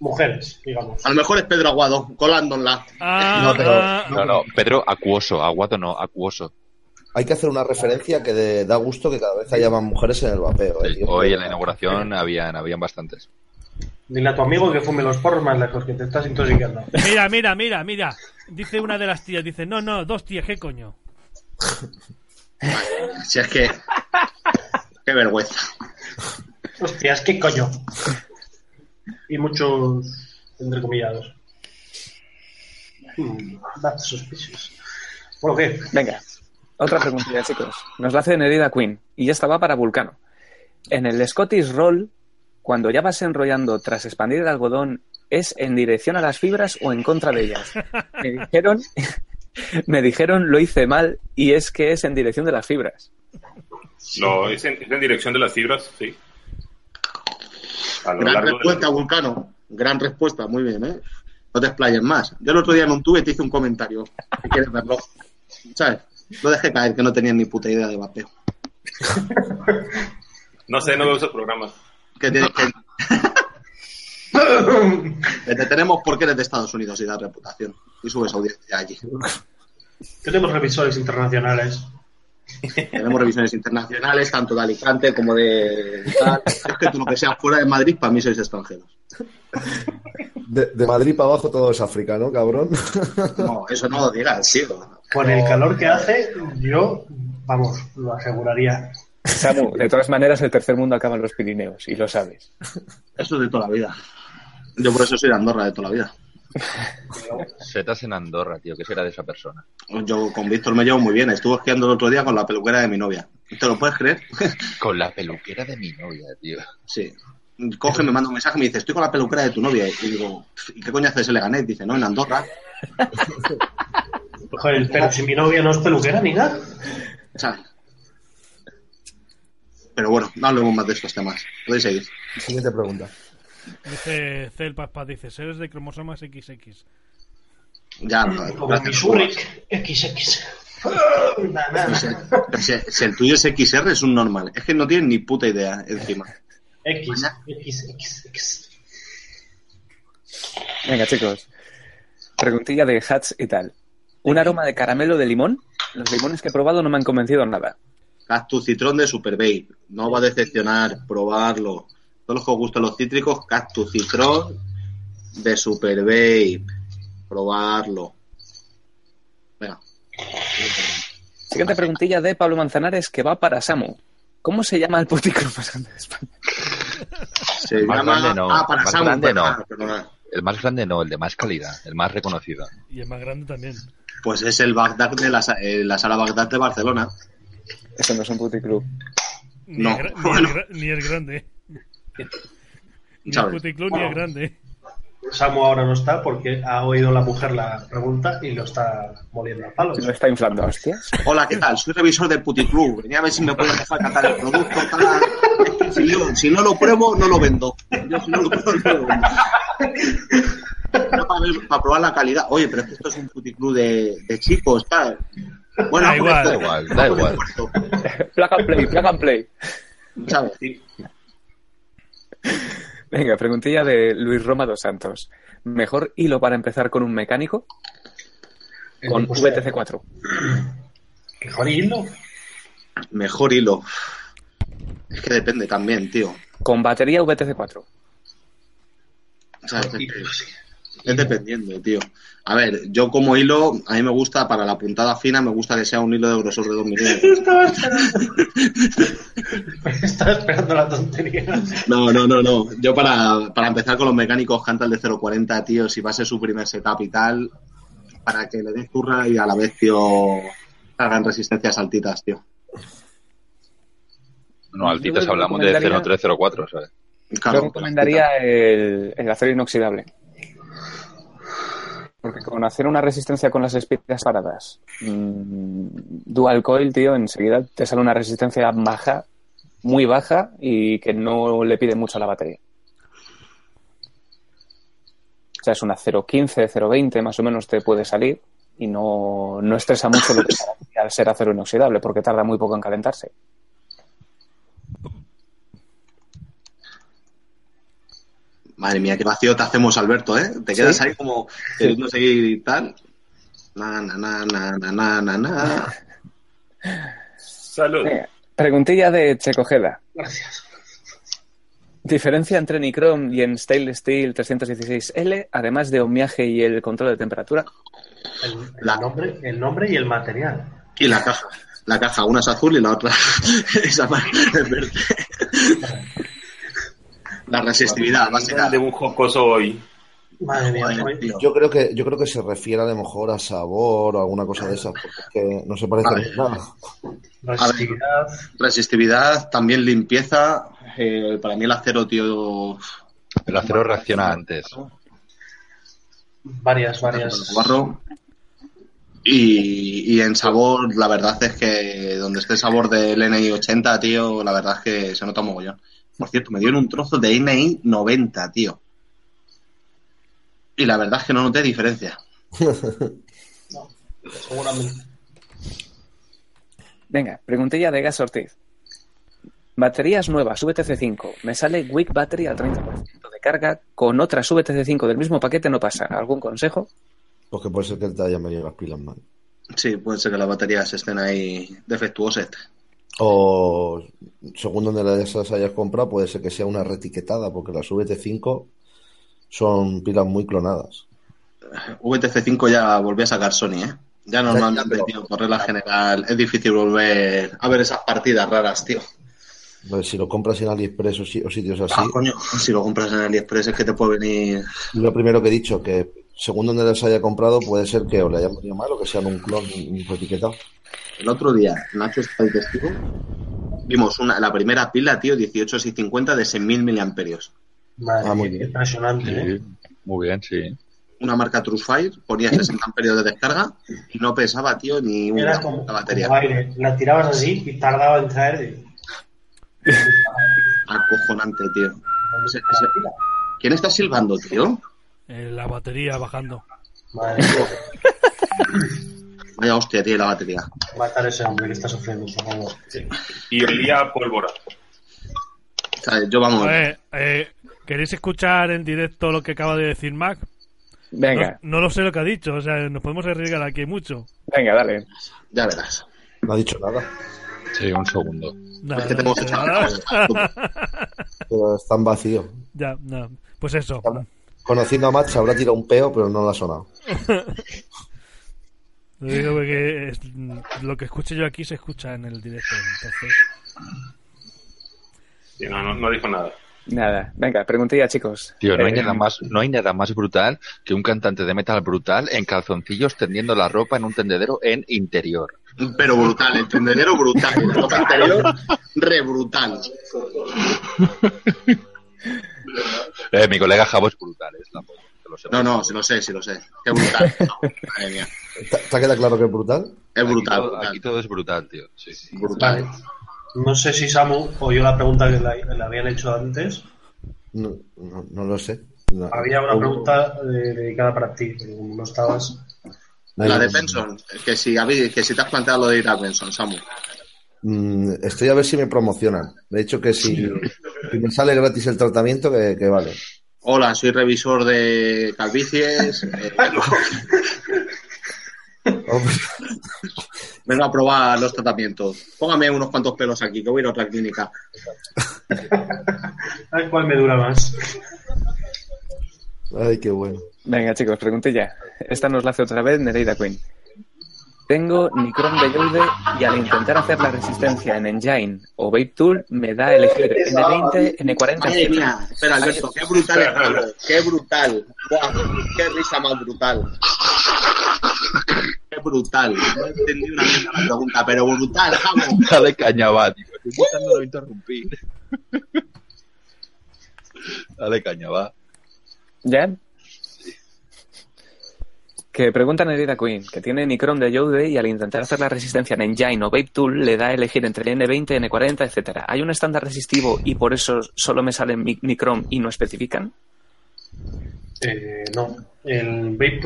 Mujeres, digamos. A lo mejor es Pedro Aguado, colándola. Ah, No, pero- ah, No, no, Pedro, acuoso, aguato no, acuoso. Hay que hacer una referencia que de- da gusto que cada vez haya más mujeres en el vapeo. eh, Sí, tío. Hoy en la inauguración habían, habían bastantes. Dile a tu amigo que fume los porros más lejos, que te estás intoxicando. Mira, mira, mira, mira. Dice una de las tías, dice, no, no, dos tías, ¿qué coño? Si es que. Qué vergüenza. Hostias, qué coño. Y muchos entrecomillados. Hmm, that's suspicious. Bueno, ¿qué? Venga, otra preguntilla, chicos. Nos la hace Nerida Queen y esta va para Vulcano. En el Scottish Roll, cuando ya vas enrollando tras expandir el algodón, ¿es en dirección a las fibras o en contra de ellas? Me dijeron, me dijeron lo hice mal y es que es en dirección de las fibras. No, es en, es en dirección de las fibras, sí. A lo Gran largo de la- respuesta, Vulcano. Gran respuesta, muy bien, ¿eh? No te explayes más. Yo el otro día en un tube te hice un comentario. Si quieres verlo. ¿Sabes? Lo dejé caer, que no tenía ni puta idea de vapeo. No sé, no veo esos programas. Que te, que- que te tenemos porque eres de Estados Unidos y da reputación. Y subes audiencia allí. Tenemos revisores internacionales. Tenemos revisiones internacionales, tanto de Alicante como de tal. Es que tú lo que seas fuera de Madrid, para mí sois extranjeros. De, de Madrid para abajo todo es África, ¿no, cabrón? No, eso no lo digas, tío. Con el calor que hace, yo, vamos, lo aseguraría. Samu, de todas maneras, el tercer mundo acaba en los Pirineos y lo sabes. Eso es de toda la vida. Yo por eso soy de Andorra de toda la vida. Setas en Andorra, tío, ¿qué será de esa persona? Yo con Víctor me llevo muy bien. Estuve esquiando el otro día con la peluquera de mi novia. ¿Te lo puedes creer? Con la peluquera de mi novia, tío. Sí. Coge, me manda un mensaje, me dice, estoy con la peluquera de tu novia. Y digo, ¿y qué coño haces en Leganés? Dice, no, en Andorra. Joder, pero si mi novia no es peluquera ni nada. ¿Sabes? Pero bueno, no hablemos más de estos temas. Podéis seguir. Siguiente pregunta. Dice Celpaspa, dice, seres de cromosomas XX. Ya, Como gracias. Missouri XX. Nada, nada. Si, si- si el tuyo es XR, es un normal. Es que no tienen ni puta idea encima. X, X, X, X. Venga, chicos. Preguntilla de hats y tal. ¿Un aroma de caramelo de limón? Los limones que he probado no me han convencido en nada. Cactus Citrón de Super Babe. No va a decepcionar, probarlo. Todos los que os gustan los cítricos, Cactus Citrón de Super Babe. Probarlo. Venga. Siguiente preguntilla de Pablo Manzanares que va para Samu. ¿Cómo se llama el puticlub más grande de España? Se Más llama- grande no, Ah, para más Samu, grande perdona, no. perdona. El más grande no, el de más calidad, el más reconocido. Y el más grande también. Pues es el Bagdad de la, sa- eh, la sala Bagdad de Barcelona. Eso no es un puticlub. Ni, No, el, gra- ni el bueno. gra- ni el grande. Ni el ¿Sabes? puticlub ni el grande. Samu ahora no está porque ha oído la mujer la pregunta y lo está moliendo a palos. ¿No está inflando a hostias? Hola, ¿qué tal? Soy revisor del Puticlub. Venía a ver si me pueden dejar catar el producto. tal. Si, yo- si no lo pruebo, no lo vendo. Yo si no lo pruebo, no lo vendo. Era Para, ver- para probar la calidad. Oye, pero es que esto es un puticlub de, de chicos, tal. Bueno, Da hago igual. esto, Da igual, da hago igual. esto, Plug and play, plug and play. ¿sabes? Venga, preguntilla de Luis Roma dos Santos. ¿Mejor hilo para empezar con un mecánico? Con Pues, VTC4. ¿Qué jodido? Mejor hilo. Es que depende también, tío. con batería VTC4. O sea, es, es dependiendo, tío. A ver, yo como hilo, a mí me gusta, para la puntada fina, me gusta que sea un hilo de grosor de 2 milímetros. Estaba esperando. Estaba esperando la tontería. No, no, no, no. Yo para, para empezar con los mecánicos, canta el de 0.40, tío, si va a ser su primer setup y tal, para que le des turra y a la vez, tío, hagan resistencias altitas, tío. No, altitas Yo hablamos de recomendaría- 0304, ¿sabes? Yo Claro, recomendaría el, el acero inoxidable. Porque con hacer una resistencia con las espigas paradas, mm, dual coil, tío, enseguida te sale una resistencia baja, muy baja y que no le pide mucho a la batería. O sea, es una 0.15, 0.20 más o menos te puede salir y no, no estresa mucho lo que al ser acero inoxidable porque tarda muy poco en calentarse. Madre mía, qué vacío te hacemos, Alberto, ¿eh? Te quedas ahí como queriendo seguir y tal. Na, na, na, na, na, na, na, na. Salud. Venga, Preguntilla de Checojeda. Gracias. Diferencia entre Nichrome y en Stainless Steel 316L, además de ohmiaje y el control de temperatura. El, La- el nombre, el nombre y el material. Y la caja. La caja, una es azul y la otra esa más es verde. La resistividad, básica. de un jocoso hoy. Madre mía, Joder, soy- tío. Yo creo que yo creo que se refiere a lo mejor a sabor o alguna cosa de esas, porque es que no se parece Vale. a nada. resistividad. Resistividad, también limpieza. Eh, para mí el acero, tío, El acero reacciona antes. Varias, varias. barro. Y, y en sabor, la verdad es que donde esté el sabor del NI80, tío, la verdad es que se nota mogollón. Por cierto, me dieron un trozo de NI90, tío. Y la verdad es que no noté diferencia. Seguramente. Venga, preguntilla de Gas Ortiz. Baterías nuevas VTC5. Me sale Weak Battery al 30% de carga. Con otras VTC5 del mismo paquete no pasa. ¿Algún consejo? Porque puede ser que te hayan venido las pilas mal. Sí, puede ser que las baterías estén ahí defectuosas. O según donde las hayas comprado, puede ser que sea una retiquetada, porque las VT5 son pilas muy clonadas. VTC5 ya volvió a sacar Sony, ¿eh? Ya normalmente, pero- tío, por regla general, es difícil volver a ver esas partidas raras, tío. Entonces, si lo compras en AliExpress o, si- o sitios así, Ah, coño, si lo compras en AliExpress es que te puede venir lo primero que he dicho, que según donde las haya comprado, puede ser que o le hayan venido mal o que sean un clon un retiquetado. El otro día, Nacho está de testigo, vimos una, la primera pila, tío, 18650 de 6.000 miliamperios. Madre Ah, muy mía, bien. impresionante, ¿eh? Muy bien, sí. Una marca Truefire, ponía 60 amperios de descarga y no pesaba, tío, ni una Era puta como, batería. como aire. La tirabas así y tardaba en caer. Acojonante, tío. Ese- ese- ¿Quién está silbando, tío? Eh, la batería bajando. Madre mía, Vaya hostia, tío, la batería. matar a ese hombre que está sufriendo, por favor. Y olía a pólvora. O sea, yo vamos, Joder, eh, ¿queréis escuchar en directo lo que acaba de decir Mac? Venga, No, no lo sé lo que ha dicho, o sea, nos podemos arriesgar aquí mucho. venga, dale. ya verás. No ha dicho nada, Sí, un segundo. Nada, Es que tengo que nada. pero están vacíos. Ya, nada. Pues eso. Conociendo a Matt, se habrá tirado un peo, pero no lo ha sonado. Lo digo porque es- lo que escuche yo aquí se escucha en el directo. Entonces, Sí, no, no, no dijo nada. Nada. Venga, preguntilla, chicos. Tío, no hay, Eh, nada más, no hay nada más brutal que un cantante de metal brutal en calzoncillos tendiendo la ropa en un tendedero en interior. Pero brutal, el tendedero brutal, el ropa interior re brutal. Eh, mi colega Javo es brutal, es la polla, te lo sé. No, no, si lo sé, si lo sé. Qué brutal. Madre mía. ¿Te, te ha quedado claro que es brutal? Es Aquí brutal, todo- brutal. Aquí todo es brutal, tío. Sí, sí. brutal. Vale. No sé si Samu oyó la pregunta que la- le habían hecho antes. No, no- no lo sé. No- Había una Uh. no- pregunta eh, dedicada para ti, pero como no estabas. no- la de Benson, que si, habéis- que si te has planteado lo de ir a Benson, Samu. Mm, estoy a ver si me promocionan. De hecho, que si, si me sale gratis el tratamiento, que, que vale. Hola, soy revisor de calvicies. eh, vengo a probar los tratamientos. Póngame unos cuantos pelos aquí, que voy a ir a otra clínica. A ver cuál me dura más. Ay, qué bueno. Venga, chicos, preguntilla. Esta nos la hace otra vez Nereida Queen. Tengo Nicron Belloude y al intentar hacer la resistencia en Engine o Vape Tool me da elegir N20, Madre mía, N40. espera, Alberto, qué brutal es Pablo, qué brutal. Guau, qué risa más brutal. Qué brutal. No entendí una mierda la pregunta, pero brutal, vamos. Dale caña, va, tío. Estoy intentando no interrumpir. Dale caña, va. ¿Ya? Que pregunta Nereida Queen, que tiene Nicron de Yode y al intentar hacer la resistencia en Engine o Vape Tool le da a elegir entre N20, N40, etcétera. ¿Hay un estándar resistivo y por eso solo me salen mi- Nicron y no especifican? Eh, no, el Vape,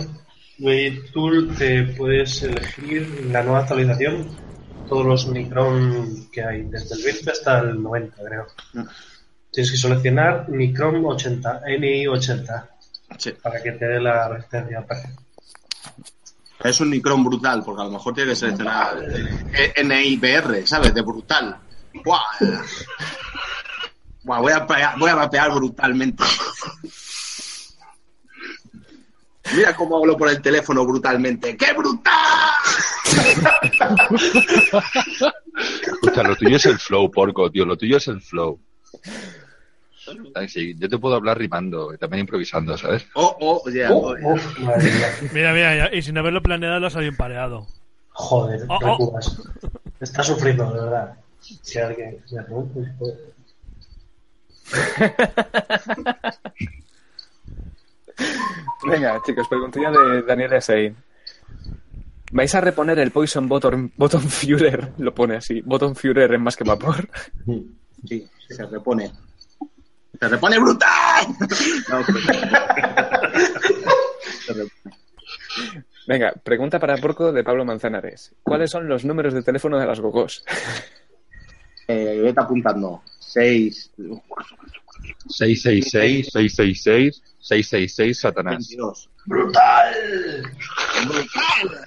Vape Tool te puedes elegir en la nueva actualización todos los Micron que hay, desde el 20 hasta el 90, creo. Mm. Tienes que seleccionar Micron 80, NI80, Sí. para que te dé la resistencia. Es un Nicron brutal, porque a lo mejor tiene que seleccionar eh, NIBR, ¿sabes? De brutal. Guau. Guau, voy a, pe- voy a vapear brutalmente. Mira cómo hablo por el teléfono brutalmente. ¡Qué brutal! Escucha, lo tuyo es el flow, porco, tío. Lo tuyo es el flow. Ay, sí, yo te puedo hablar rimando y también improvisando, ¿sabes? Oh, oh, ya. oh, ya. Uf, madre mía. Mira, mira, ya- y sin haberlo planeado lo has salido empareado. Joder, Oh, qué oh. cubas. Está sufriendo, de verdad. Si alguien pues, me rompe, joder. Venga, chicos, preguntilla de Daniel Esein. ¿Vais a reponer el Poison Button, Button Führer? Lo pone así, Button Führer en más que vapor. Sí, se repone. ¡Se repone brutal! No, pues, se repone. Venga, pregunta para Porco de Pablo Manzanares. ¿Cuáles son los números de teléfono de las gogos? Eh, vete apuntando. 6, 666, 666, 666, Satanás. 22. ¡Brutal! ¡Brutal!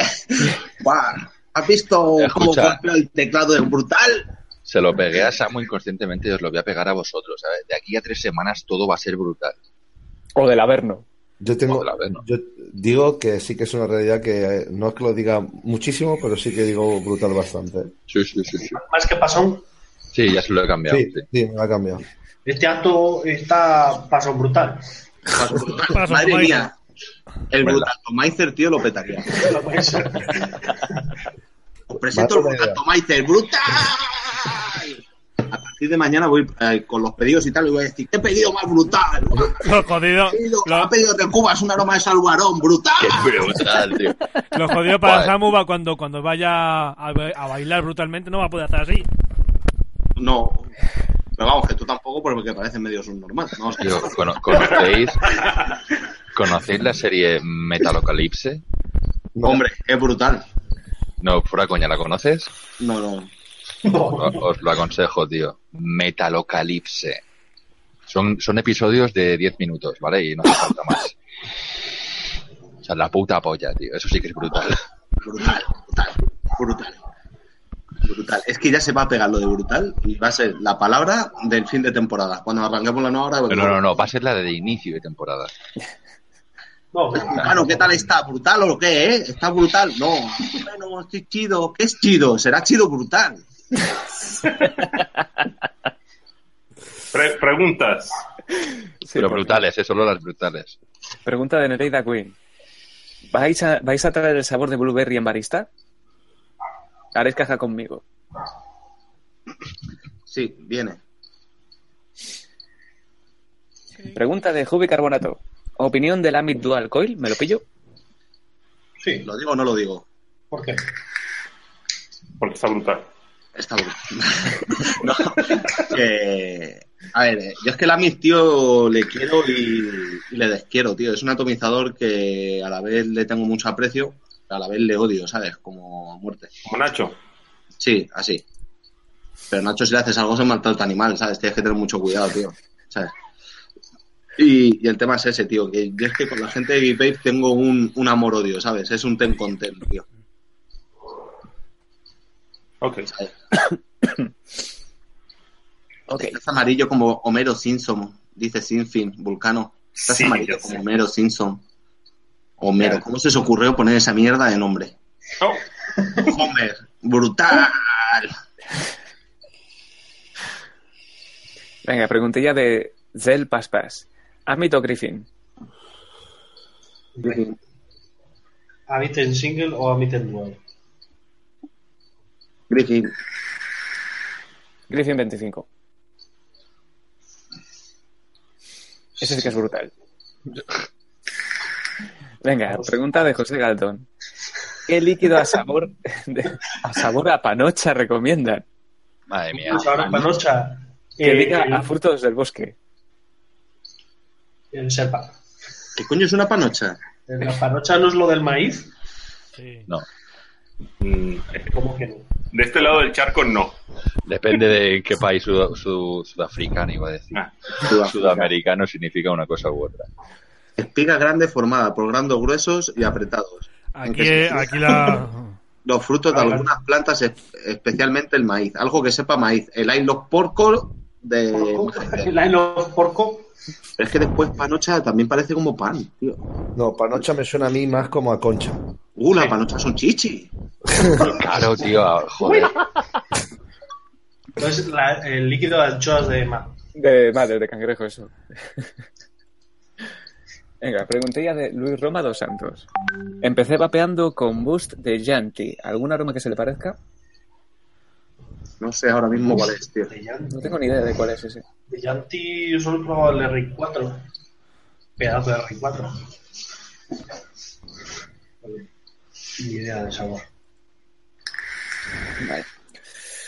Buah, ¿Has visto cómo Escucha. golpea el teclado de brutal? Se lo pegué a Samu inconscientemente y os lo voy a pegar a vosotros, ¿sabes? De aquí a tres semanas todo va a ser brutal. O del Averno. Yo tengo, Joder, a ver, ¿no? yo digo que sí que es una realidad que eh, no es que lo diga muchísimo, pero sí que digo brutal bastante. Sí, sí, sí. Sí, Más que pasón, sí ya se lo he cambiado. Sí, sí. sí, me ha cambiado. este acto está pasón brutal. Paso, Madre Mike. mía. El Verdad. brutalomaizer, tío, lo petaría. No puede ser. Os presento el Vale, idea. brutalomaizer. ¡Brutal! A partir de mañana voy eh, con los pedidos y tal y voy a decir ¡Qué pedido más brutal! Buah, Lo jodido, ha pedido- lo, Ha pedido de Cuba, es un aroma de salvarón. ¡Brutal! Qué brutal, tío. lo jodido para Joder. Samu va cuando, cuando vaya a, ba- a bailar brutalmente no va a poder hacer así. No. Pero vamos, que tú tampoco porque parece medio subnormal. Vamos, Tío, cono- ¿conocéis, ¿Conocéis la serie Metalocalypse? No, hombre, es brutal. No, fuera coña, ¿la conoces? No, no. O- Os lo aconsejo, tío. Metalocalypse. Son, son episodios de 10 minutos, ¿vale? Y no hace falta más. O sea, la puta polla, tío. Eso sí que es brutal. Brutal, brutal, brutal. Brutal. Es que ya se va a pegar lo de brutal y va a ser la palabra del fin de temporada. Cuando arranquemos la nueva hora. Pero no, no, no. Va a ser la de inicio de temporada. No, Claro, ¿qué tal está? ¿Brutal o qué, eh? ¿Está brutal? No. Bueno, estoy chido. ¿Qué es chido? Será chido brutal. Pre- preguntas. Pero porque- brutales, ¿eh? Solo las brutales. Pregunta de Nereida Queen. ¿Vais a, ¿Vais a traer el sabor de blueberry en barista? Haréis caja conmigo. Sí, viene. Pregunta de Jubi Carbonato. ¿Opinión del Amit Dual Coil? ¿Me lo pillo? Sí, ¿Lo digo o no lo digo? ¿por qué? Porque está brutal. Está brutal. No, que- a ver, eh, yo es que el Amis, tío, le quiero y, y le desquiero, tío. Es un atomizador que a la vez le tengo mucho aprecio, a la vez le odio, ¿sabes? Como a muerte. Como Nacho. Sí, así. Pero Nacho, si le haces algo, se maltrata animal, ¿sabes? Tienes que tener mucho cuidado, tío. ¿Sabes? Y, y el tema es ese, tío, que yo es que con la gente de Vipape tengo un, un amor-odio, ¿sabes? Es un ten con ten, tío. Ok. Ok. Estás amarillo como Homero Simpson. Dice Sinfin, Vulcano. Estás Sí, amarillo yo sé. como Homero Simpson. Homero, ¿cómo se os ocurrió poner esa mierda de nombre? No, Homer, brutal. Venga, preguntilla de Zell Paspas. Ámbito Griffin. ¿Amiten single o Amiten dual? Griffin, Griffin 25. Ese sí que es brutal. Venga, pregunta de José Galdón. ¿Qué líquido a sabor de- a sabor a panocha recomiendan? Madre mía. Pues ahora Panocha. Que eh, diga el- a frutos del bosque. el Serpa. ¿qué coño es una panocha? ¿La panocha no es lo del maíz? Sí. No. mm, ¿Cómo que no? de este lado del charco no. Depende de en qué país su- su- sudafricano, iba a decir. Ah. Sudamericano significa una cosa u otra. Espiga grande formada por grandos gruesos y apretados. Aquí, eh, aquí la. Los frutos de Ah, vale. algunas plantas, es- especialmente el maíz. Algo que sepa maíz. El los porcos de... Eh, ¿La los porco? Pero es que después panocha también parece como pan, tío. No, panocha me suena a mí más como a concha. Uh, las panochas son chichi. Claro, tío, joder. Entonces, la- el líquido de anchoas de mar. De madre, de cangrejo eso. Venga, preguntilla de Luis Roma dos Santos. Empecé vapeando con Boost de Yanti. ¿Algún aroma que se le parezca? No sé ahora mismo cuál es, tío. De, Yan- No tengo ni idea de cuál es ese. de Yanti yo solo he probado el R4. Pedazo de R4. Vale. Ni idea de sabor. Vale.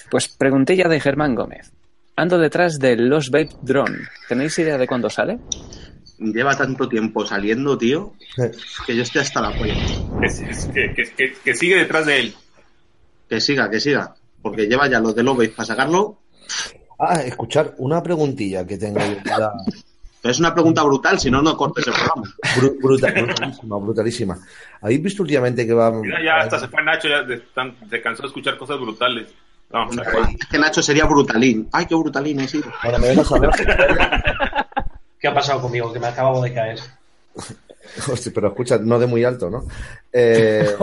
Pues preguntilla de Germán Gómez. Ando detrás del Los Vape Drone. ¿Tenéis idea de cuándo sale? Lleva tanto tiempo saliendo, tío, Eh, que yo estoy hasta la polla. Es- es que, que- que- que sigue detrás de él. Que siga, que siga. Porque lleva ya los de Lobis para sacarlo. Ah, escuchar una preguntilla que tengo yo, la- Pero es una pregunta brutal, si no, no cortes el programa. bru- bruta- brutalísima, brutalíima. ¿Habéis visto últimamente que va... Mira, ya hasta se fue Nacho, ya de- tan- se cansó de escuchar cosas brutales. No, de acuerdo. Es que Nacho sería brutalín. Ay, qué brutalín eh, he sido. Ahora me dejas hablar. ¿Qué ha pasado conmigo? Que me acabo de caer. Hostia, pero escucha, no de muy alto, ¿no? Eh,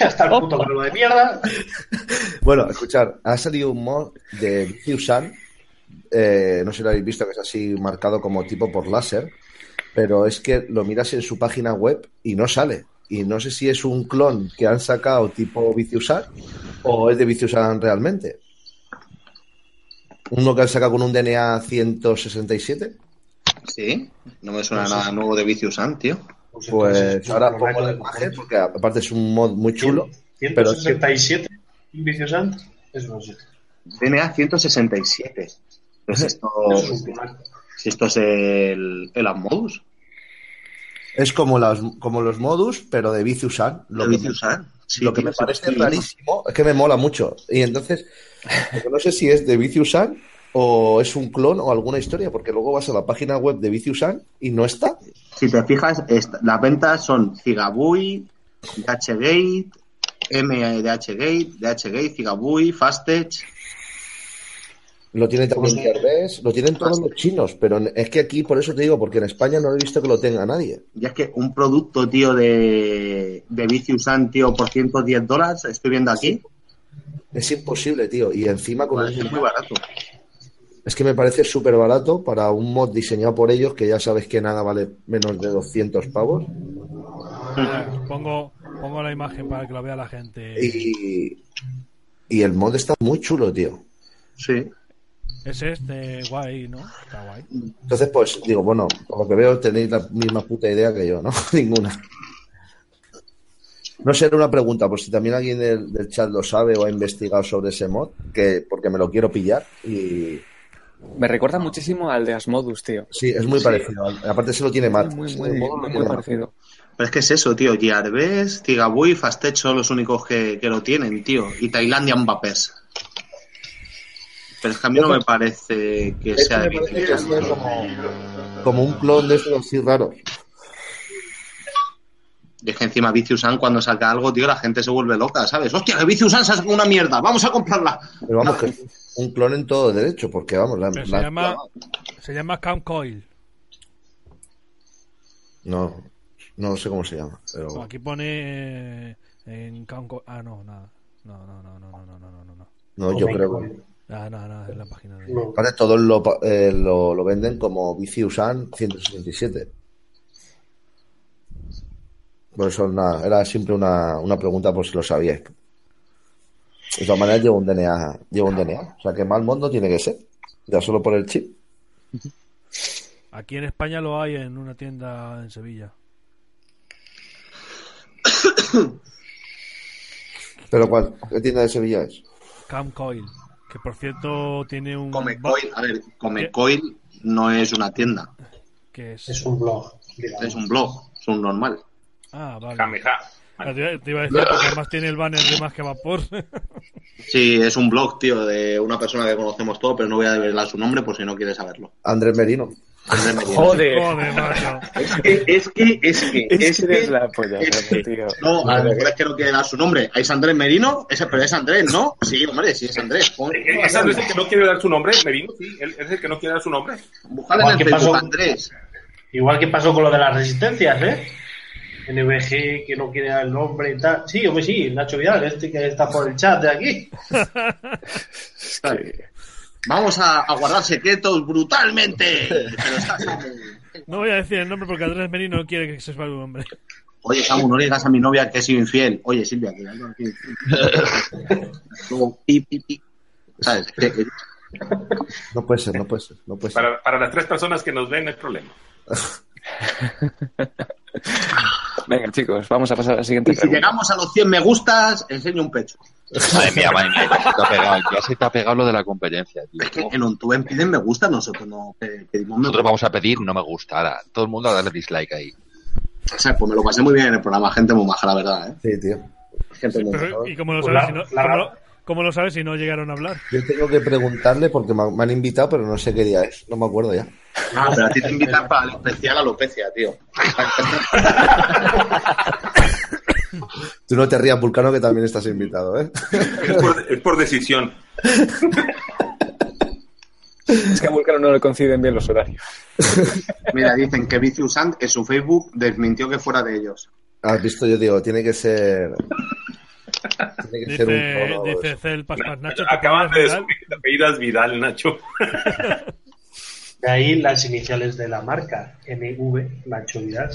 Hasta el puto grano de mierda. bueno, escuchar, ha salido un mod de Viciusan, eh, no sé si lo habéis visto, que es así marcado como tipo por láser, pero es que lo miras en su página web y no sale. Y no sé si es un clon que han sacado tipo Viciusan o es de Viciusan realmente. Uno que han sacado con un DNA 167. Sí, no me suena nada nuevo de Vicious Ant, tío. Pues ahora pongo la de imagen porque aparte es un mod muy chulo. pero es que- 167. ¿Un vicio santo? Eso no sé. DNA 167. Pues esto, Eso es un clon. si esto es el, el Asmodus. Es como, las, como los modus, pero de Viciusan. Lo, de que- Vicious Ant. Sí, lo que me tiene parece sentido, ¿no? rarísimo es que me mola mucho. Y entonces, lo que no sé si es de Viciusan o es un clon o alguna historia, porque luego vas a la página web de Viciusan y no está. Si te fijas, est- las ventas son Zigabui, DHgate, MDHgate, DHgate, Zigabui, Fastech. Lo tiene también Derbez, lo tienen todos los chinos, pero en- es que aquí, por eso te digo, porque en España no he visto que lo tenga nadie. Y es que un producto, tío, de, de Vicious Ant, tío, por 110 dólares, estoy viendo aquí, Es imposible, tío. Y encima con parece un muy barato. Es que me parece súper barato para un mod diseñado por ellos, que ya sabes que nada vale menos de 200 pavos. Pongo, pongo la imagen para que lo vea la gente. Y, y el mod está muy chulo, tío. Sí. Es este, guay, ¿no? Está guay. Entonces, pues digo, bueno, por lo que veo, tenéis la misma puta idea que yo, ¿no? Ninguna. No sé, era una pregunta, por si también alguien del, del chat lo sabe o ha investigado sobre ese mod, que porque me lo quiero pillar. Y Me recuerda muchísimo al de Asmodus, tío. sí, es muy parecido. Aparte, se lo tiene Matt. Muy, Ese muy, mod lo muy, tiene Matt. parecido. Pero es que es eso, tío. Giarbes, Zigabui, Fastech son los únicos que, que lo tienen, tío. Y Tailandia Mbappés. Pero es que a mí no me parece que Es que sea de me parece que Vicious Ant. es como, como un clon de esos así raros. Y es que encima Viciusan cuando saca algo, tío, la gente se vuelve loca, ¿sabes? ¡Hostia, que Viciusan se ha sacado una mierda! ¡Vamos a comprarla! Pero vamos, que es un clon en todo derecho, porque vamos, la, Pero se la- llama, se llama Cam Coil. no, no sé cómo se llama. Pero Aquí pone eh, en Cam Coil. Ah, no, nada. No, no, no, no, no, no, no, no, no. no, yo creo que. Ah, no, no, es la página de. No. Ahora todos lo, pa- eh, lo, lo venden como bici Usan 167. Por eso nada, era siempre una, una pregunta por si lo sabíais. De todas maneras llevo un DNA, llevo un DNA. O sea que mal mundo tiene que ser. Ya solo por el chip. Aquí en España lo hay en una tienda en Sevilla. Pero cuál, ¿qué tienda de Sevilla es? Cam Coil. Que por cierto tiene un. Comecoil, a ver, Comecoil no es una tienda, Que es... Es un blog. es un blog, es un normal. Ah, vale. Jameja. Ah, Te te iba a decir porque además tiene el banner de más que vapor. Sí, es un blog, tío, de una persona que conocemos todo, pero no voy a revelar su nombre por si no quieres saberlo. Andrés Merino. Joder. Joder, macho. Es que, es que, es que, Es es que eres que- la polla, es que- tío. No, a lo mejor es que no quiere dar su nombre. ¿Es Andrés Merino? Ese, pero es Andrés, ¿no? Sí, hombre, sí es Andrés. Pon- ¿Es Andrés el que no quiere dar su nombre? ¿Merino? Sí, él él es el que no quiere dar su nombre. Buscadle en el ¿Qué Facebook, pasó? Andrés. Igual que pasó con lo de las resistencias, ¿eh? NVG que no quiere dar el nombre y tal. Sí, hombre, sí, Nacho Vidal, este que está por el chat de aquí. Vamos a, a guardar secretos brutalmente. Pero está- No voy a decir el nombre porque Andrés Merino no quiere que se sepa el nombre. Oye, Samu, no le digas a mi novia que he sido infiel. Oye, Silvia, que algo así. Luego, pi, pi, pi. ¿Sabes? Que- que- No puede ser, no puede ser, no puede ser. Para, para las tres personas que nos ven, no hay problema. Venga, chicos, vamos a pasar a la siguiente Y si pregunta. llegamos a los 100 me gustas, enseño un pecho. Madre mía, madre mía, ya se te ha pegado, ya se te ha pegado lo de la competencia, tío. Es que en Ontuben piden me gusta, nosotros no pe- pedimos me Nosotros gusta. vamos a pedir, no me gusta. Ahora, todo el mundo a darle dislike ahí. O sea, pues me lo pasé muy bien en el programa. Gente muy maja, la verdad, ¿eh? Sí, tío. Gente muy maja. Pero, ¿Y cómo lo Pues sabes si la- no, la- cómo lo- cómo lo sabes si no llegaron a hablar? Yo tengo que preguntarle porque me, me han invitado, pero no sé qué día es. No me acuerdo ya. Ah, pero a ti te invitan para el especial alopecia, tío. Tú no te rías, Vulcano, que también estás invitado, ¿eh? Es por, es por decisión. Es que a Vulcano no le coinciden bien los horarios. Mira, dicen que Vicious Sand en su Facebook desmintió que fuera de ellos. Has visto, yo digo, tiene que ser. Tiene que Dice, ser un clon o algo de dice eso. Cel Paspas Nacho. ¿te Acaban de acuerdas de descubrir que te apellidas Vidal, Nacho. De ahí las iniciales de la marca, NV, Nacho Vidal.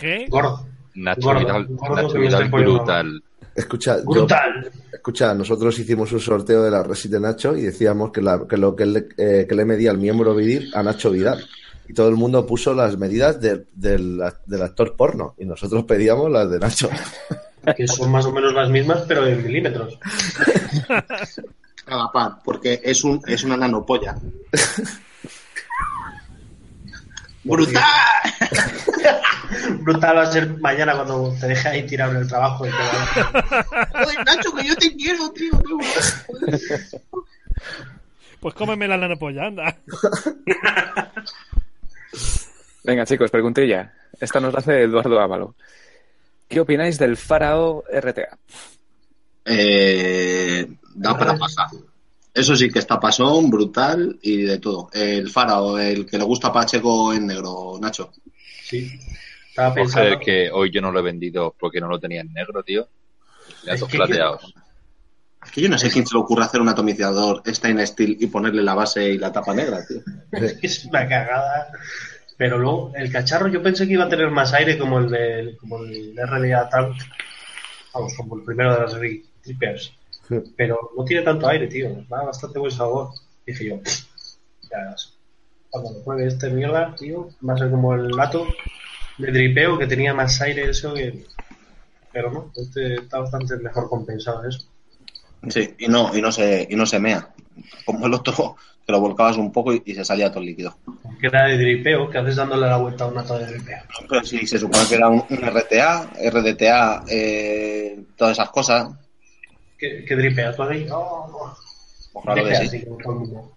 G? Gordo. Nacho Gordo, Vidal, gordo que Nacho me Vidal estoy poniendo. brutal. Escucha, yo- Brutal. escucha, nosotros hicimos un sorteo de la Resi de Nacho y decíamos que, la- que lo que le, eh, que le medía el miembro viril a Nacho Vidal. Y todo el mundo puso las medidas del- del, del actor porno. Y nosotros pedíamos las de Nacho. Que son más o menos las mismas, pero en milímetros. A la par, porque es, un, es una nanopolla. ¡Brutal! Brutal va a ser mañana cuando te deje ahí tirado en el trabajo. y te va a- Joder, Nacho, que yo te quiero, tío. tío. Pues cómeme la nanopolla, anda. Venga, chicos, preguntilla. Esta nos la hace Eduardo Ávalo. ¿Qué opináis del Farao RTA? Eh, da para pasar. Eso sí que está pasón, brutal y de todo. El Farao, el que le gusta a Pacheco en negro, Nacho. Sí. Estaba Ojo, pensando. que hoy yo no lo he vendido porque no lo tenía en negro, tío. Es Datos que- plateados. Es que yo no sé quién se le ocurre hacer un atomizador stainless steel y ponerle la base y la tapa negra, tío. es una cagada. Pero luego, el cacharro yo pensé que iba a tener más aire como el del como el RDA Tank. Vamos, como el primero de las Rig Trippers. Pero no tiene tanto aire, tío. Va bastante buen sabor. Dije yo, ya verás. Cuando lo pruebe este mierda, tío, va a ser como el lato de dripeo que tenía más aire eso que... Pero no, este está bastante mejor compensado eso. Sí, y no, y no se, y no se mea. Como el otro, que lo volcabas un poco y, y se salía todo el líquido. Que era de dripeo, que haces dándole la vuelta a una lata de dripeo. Pero sí, se supone que era un, un RTA, RDTA, eh, todas esas cosas. Que, que dripea tú ahí. No, no. Ojalá lo Dripeas, de sí. sí, como todo el mundo.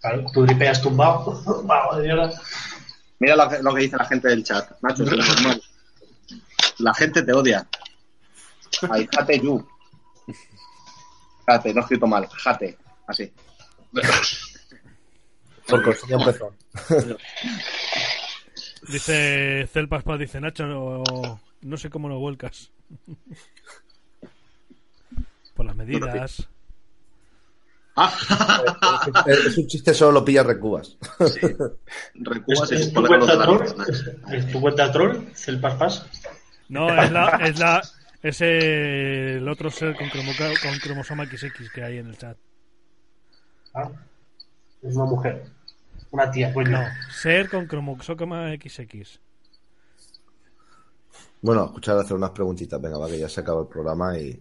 Claro, tú dripeas tumbado. Vamos, de mierda. Mira lo que, lo que dice la gente del chat, Nacho. es normal. La gente te odia. Ay, jate you. Jate, no he escrito mal. Jate. Así. Por costilla un pezón. Dice Celpas Paz, dice Nacho, no, no sé cómo lo vuelcas. Por las medidas. Es es un chiste, solo lo pilla recubas. Sí. Recubas ¿Es, y es tu colgarlo cuenta de las troll? piernas. ¿Es tu cuenta troll? ¿El paspas? No, es la, es la, es el otro ser con, cromoca- con cromosoma XX que hay en el chat. Ah, es una mujer. Una tía, pues No, no. ser con cromosoma XX. Bueno, escuchar hacer unas preguntitas. Venga, va, que ya se acaba el programa y.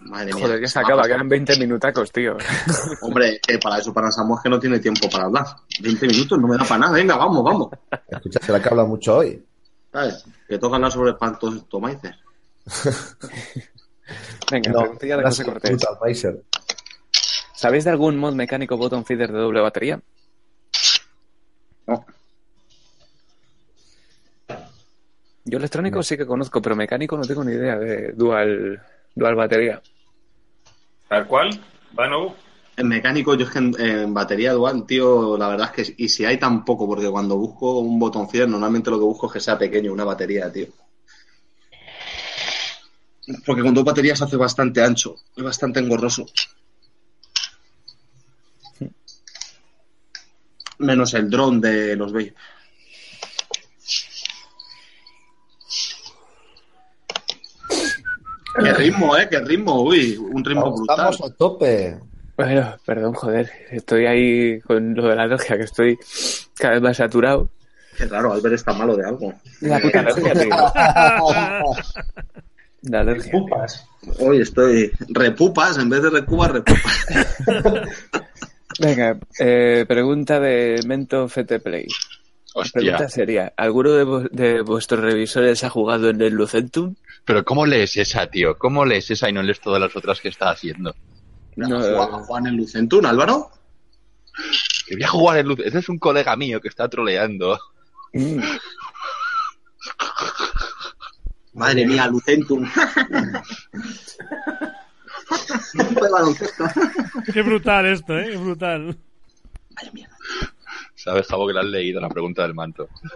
Madre mía. Joder, ya se acaba, quedan 20 minutacos, tío. Hombre, que para eso, para Samuel, que no tiene tiempo para hablar. 20 minutos no me da para nada. Venga, vamos, vamos. Escucha, será que habla mucho hoy. ¿Sabes? Que toca hablar sobre espantos estos maíces. Venga, preguntilla de José gracias, Cortés. puta, Pfizer. ¿Sabéis de algún mod mecánico button feeder de doble batería? No. Yo electrónico sí que conozco, pero mecánico no tengo ni idea de dual, dual batería. Tal cual, va de nuevo. En mecánico, yo es que en, en batería dual, tío, la verdad es que. Y si hay tampoco, porque cuando busco un botón fiel, normalmente lo que busco es que sea pequeño, una batería, tío. Porque con dos baterías se hace bastante ancho, es bastante engorroso. Menos el dron de los Vape. Qué ritmo, eh, qué ritmo, uy, un ritmo Vamos, brutal. Estamos a tope. ¿eh? Bueno, perdón, joder, estoy ahí con lo de la alergia, que estoy cada vez más saturado. Qué raro, Albert está malo de algo. La puta alergia, tío. La alergia. Pupas. Hoy estoy. Repupas, en vez de recuba, repupas. Venga, eh, pregunta de Mento FT Play. Hostia. Pregunta sería, ¿alguno de, vo- de vuestros revisores ha jugado en el Lucentum? Pero ¿cómo lees esa, tío? ¿Cómo lees esa y no lees todas las otras que está haciendo? No, Juan, Juan en Lucentún, Álvaro. Que voy a jugar el luz. Ese es un colega mío que está troleando. Mm, Madre mía, Lucentum. Equipo de baloncesto. Qué brutal esto, eh, qué brutal. ¿Sabes, Javo, que le has leído la pregunta del manto?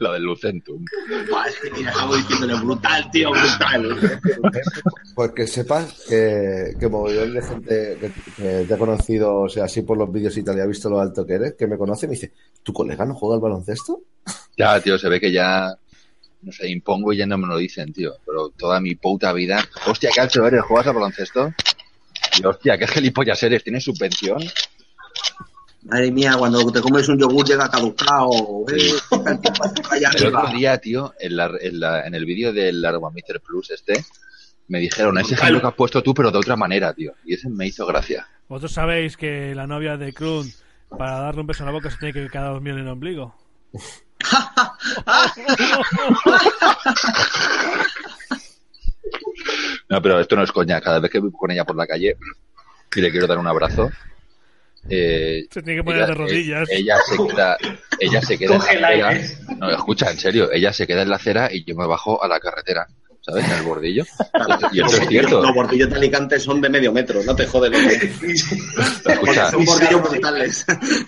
La del Lucentum. Buah, es que mira, acabo diciéndole brutal, tío, brutal. Pues que sepas que, que mogollón de gente que, que te ha conocido, o sea, así por los vídeos y tal, y ha visto lo alto que eres, que me conoce y me dice, ¿tu colega no juega al baloncesto? Ya, tío, se ve que ya. No sé, impongo y ya no me lo dicen, tío. Pero toda mi puta vida. Hostia, qué alto eres, ¿juegas al baloncesto? Y hostia, qué gilipollas eres, ¿tienes subvención? Madre mía, cuando te comes un yogur llega caducado. eh. Allá El otro arriba. día, tío, en, la- en la- en el vídeo del Largo Mister Plus este, me dijeron, ese ejemplo que has puesto tú, pero de otra manera, tío. Y ese me hizo gracia. Vosotros sabéis que la novia de Krun, para darle un beso en la boca, se tiene que quedar dormida en el ombligo. No, pero esto no es coña. Cada vez que voy con ella por la calle y le quiero dar un abrazo, eh, Se tiene que poner de rodillas. e- Ella se queda, ella se queda Coge en la el acera. aire. No, escucha, en serio, ella se queda en la acera y yo me bajo a la carretera, ¿sabes? En el bordillo. Y Los esto es bordillos- cierto. Los bordillos de Alicante son de medio metro, no te jodes. loco. Escucha, Son bordillos brutales.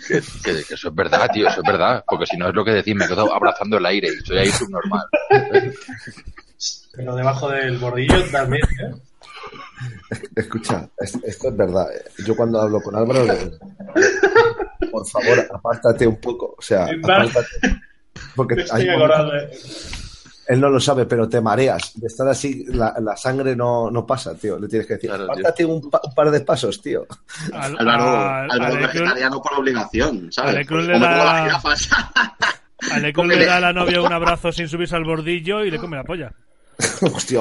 que, que- que eso es verdad, tío, eso es verdad. Porque si no es lo que decís, me quedo abrazando el aire y estoy ahí subnormal. Pero debajo del bordillo también, ¿eh? Escucha, es- esto es verdad. eh. Yo cuando hablo con Álvaro, le digo, por favor, apártate un poco. O sea, Vale. apártate. Porque Me hay estoy momentos- acordando. ¿eh? él no lo sabe, pero te mareas. De estar así, la, la sangre no, no pasa, tío. Le tienes que decir, Claro, tío. apártate un, pa- un par de pasos, tío. Al- al- Álvaro, al Álvaro de es Krun- vegetariano por obligación, Al de ¿sabes? Cruz Como le todas da- las jirafas. al de Krun Cómele. le da a la novia un abrazo sin subirse al bordillo y le come la polla. Hostia,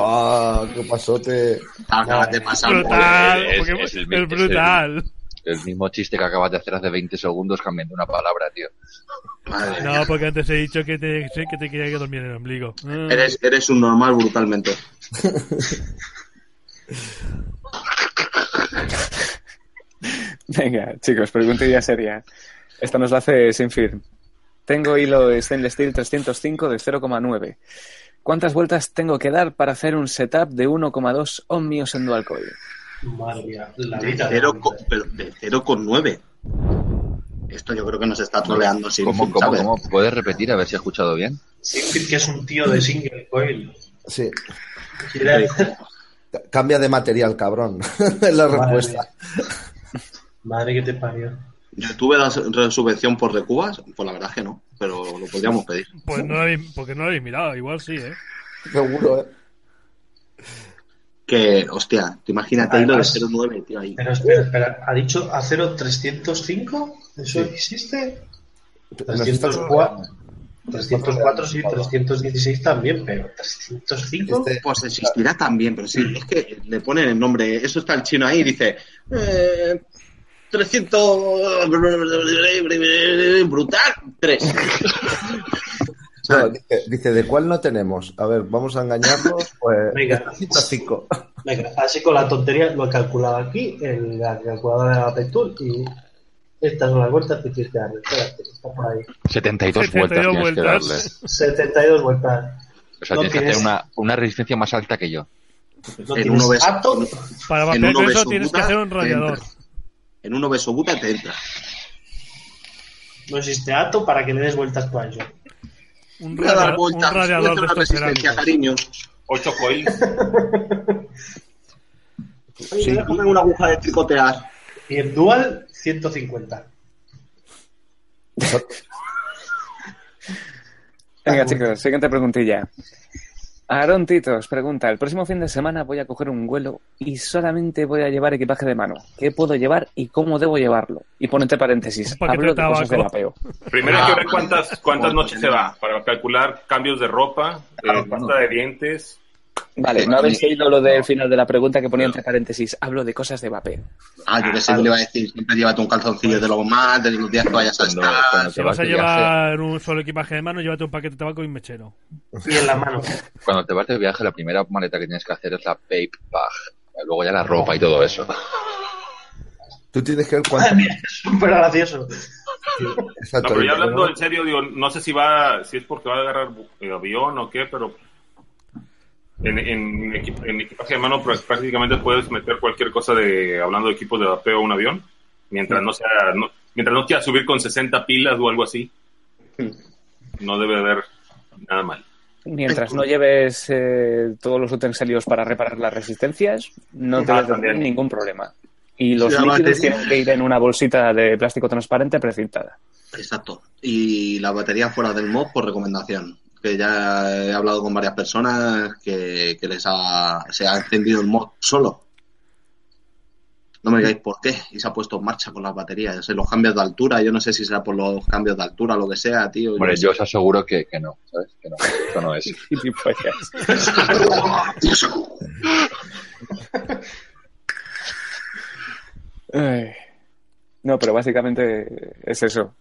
qué pasote. Acabas de pasar. Brutal, es- porque es el- es es el- brutal. El mismo chiste que acabas de hacer hace 20 segundos cambiando una palabra, tío. Madre mía. No, porque antes he dicho que te, que te quería que dormir en el ombligo. Mm. Eres, eres un normal brutalmente. Venga, chicos, preguntilla seria. Esta nos la hace Sinfirm. Tengo hilo de stainless steel 305 de 0,9. ¿Cuántas vueltas tengo que dar para hacer un setup de 1,2 ohmios en dual coil? Madre mía, la De vida. 0,9. Esto yo creo que nos está troleando sin ¿Cómo, fin, cómo, ¿sabes? cómo? ¿Puedes repetir a ver si he escuchado bien? Siegfried, que es un tío de single coil. Sí. Quiere- Cambia de material, cabrón. es la respuesta. Madre que te parió. Yo tuve la su- subvención por de Cubas, pues la verdad es que no, pero lo podríamos pedir. Pues no lo habéis, porque no lo habéis mirado, igual sí, ¿eh? Seguro, ¿eh? Que, hostia, te imagínate hilo de Además- 0,9, tío, ahí. Pero espera, espera. ¿Ha dicho a 0,305? ¿Eso existe? Nos está 304. troleando. 304 sí, 316 también, pero 305. Este- Pues existirá también, pero sí, es que le ponen el nombre, eso está el chino ahí y dice, eh, 300 brutal 3. Ah. No, dice, dice, ¿de cuál no tenemos? A ver, vamos a engañarnos. Pues, Venga. 305. Venga, así con la tontería lo he calculado aquí en la calculadora de la Pectul y estas son las vueltas que tienes que darle. Espérate, está por ahí. 72 72 vueltas tienes que vueltas. darle. 72 vueltas. O sea, No tienes que tienes- hacer una, una resistencia más alta que yo. No En tienes uno ves- apto. Para En vaciar uno con ves eso un tienes que Buda, hacer un te radiador. entra. En uno beso buta te entra. No existe apto para que le des vueltas tú a eso. Un Voy a dar radiador, un vueltas, voy a hacer radiador de una estos resistencia, cerámicos. cariño. 8 coil. Oye, Sí. déjame- Déjame una aguja de tricotear. Y en dual, 150. Venga, chicos, siguiente preguntilla. Aaron Titos pregunta, el próximo fin de semana voy a coger un vuelo y solamente voy a llevar equipaje de mano. ¿Qué puedo llevar y cómo debo llevarlo? Y pone entre paréntesis, Un paquete hablo de de cosas de tabaco. vapeo. Primero hay que ver Ah, cuántas, cuántas bueno, noches se va para calcular cambios de ropa, eh, pasta de dientes. Vale, no habéis leído lo del final de la pregunta que ponía entre paréntesis, hablo de cosas de vapeo. Ah, yo qué sé, yo le iba a decir, siempre llévate un calzoncillo de lo más, de los días que vayas a Cuando- cuando estar. te Si vas a de viaje- llevar un solo equipaje de mano, llévate un paquete de tabaco y un mechero. Y en la mano. Cuando te vas de viaje, la primera maleta que tienes que hacer es la vape bag. Luego ya la ropa y todo eso. Tú tienes que ver cuánto. Súper gracioso. No, Exacto. pero ya hablando ¿no? en serio, digo, no sé si va, si es porque va a agarrar bu- eh, avión o qué, pero en, en, equi- en equipaje de mano pues, prácticamente puedes meter cualquier cosa de, hablando de equipos de vapeo a un avión, mientras no sea, no- mientras no quieras subir con 60 pilas o algo así, no debe haber nada mal. Mientras no lleves eh, todos los utensilios para reparar las resistencias, no te Ah, vas a tener también. ningún problema. Y los Sí, la líquidos batería. tienen que ir en una bolsita de plástico transparente precintada. Exacto. Y la batería fuera del mod por recomendación. Que ya he hablado con varias personas que, que les ha, se ha encendido el mod solo. No me digáis por qué. Y se ha puesto en marcha con las baterías. Es los cambios de altura. Yo no sé si será por los cambios de altura, lo que sea, tío. Bueno, sé. yo os aseguro que, que no, ¿sabes? Que no, esto no es. Gilipollas. Ay. No, pero básicamente es eso.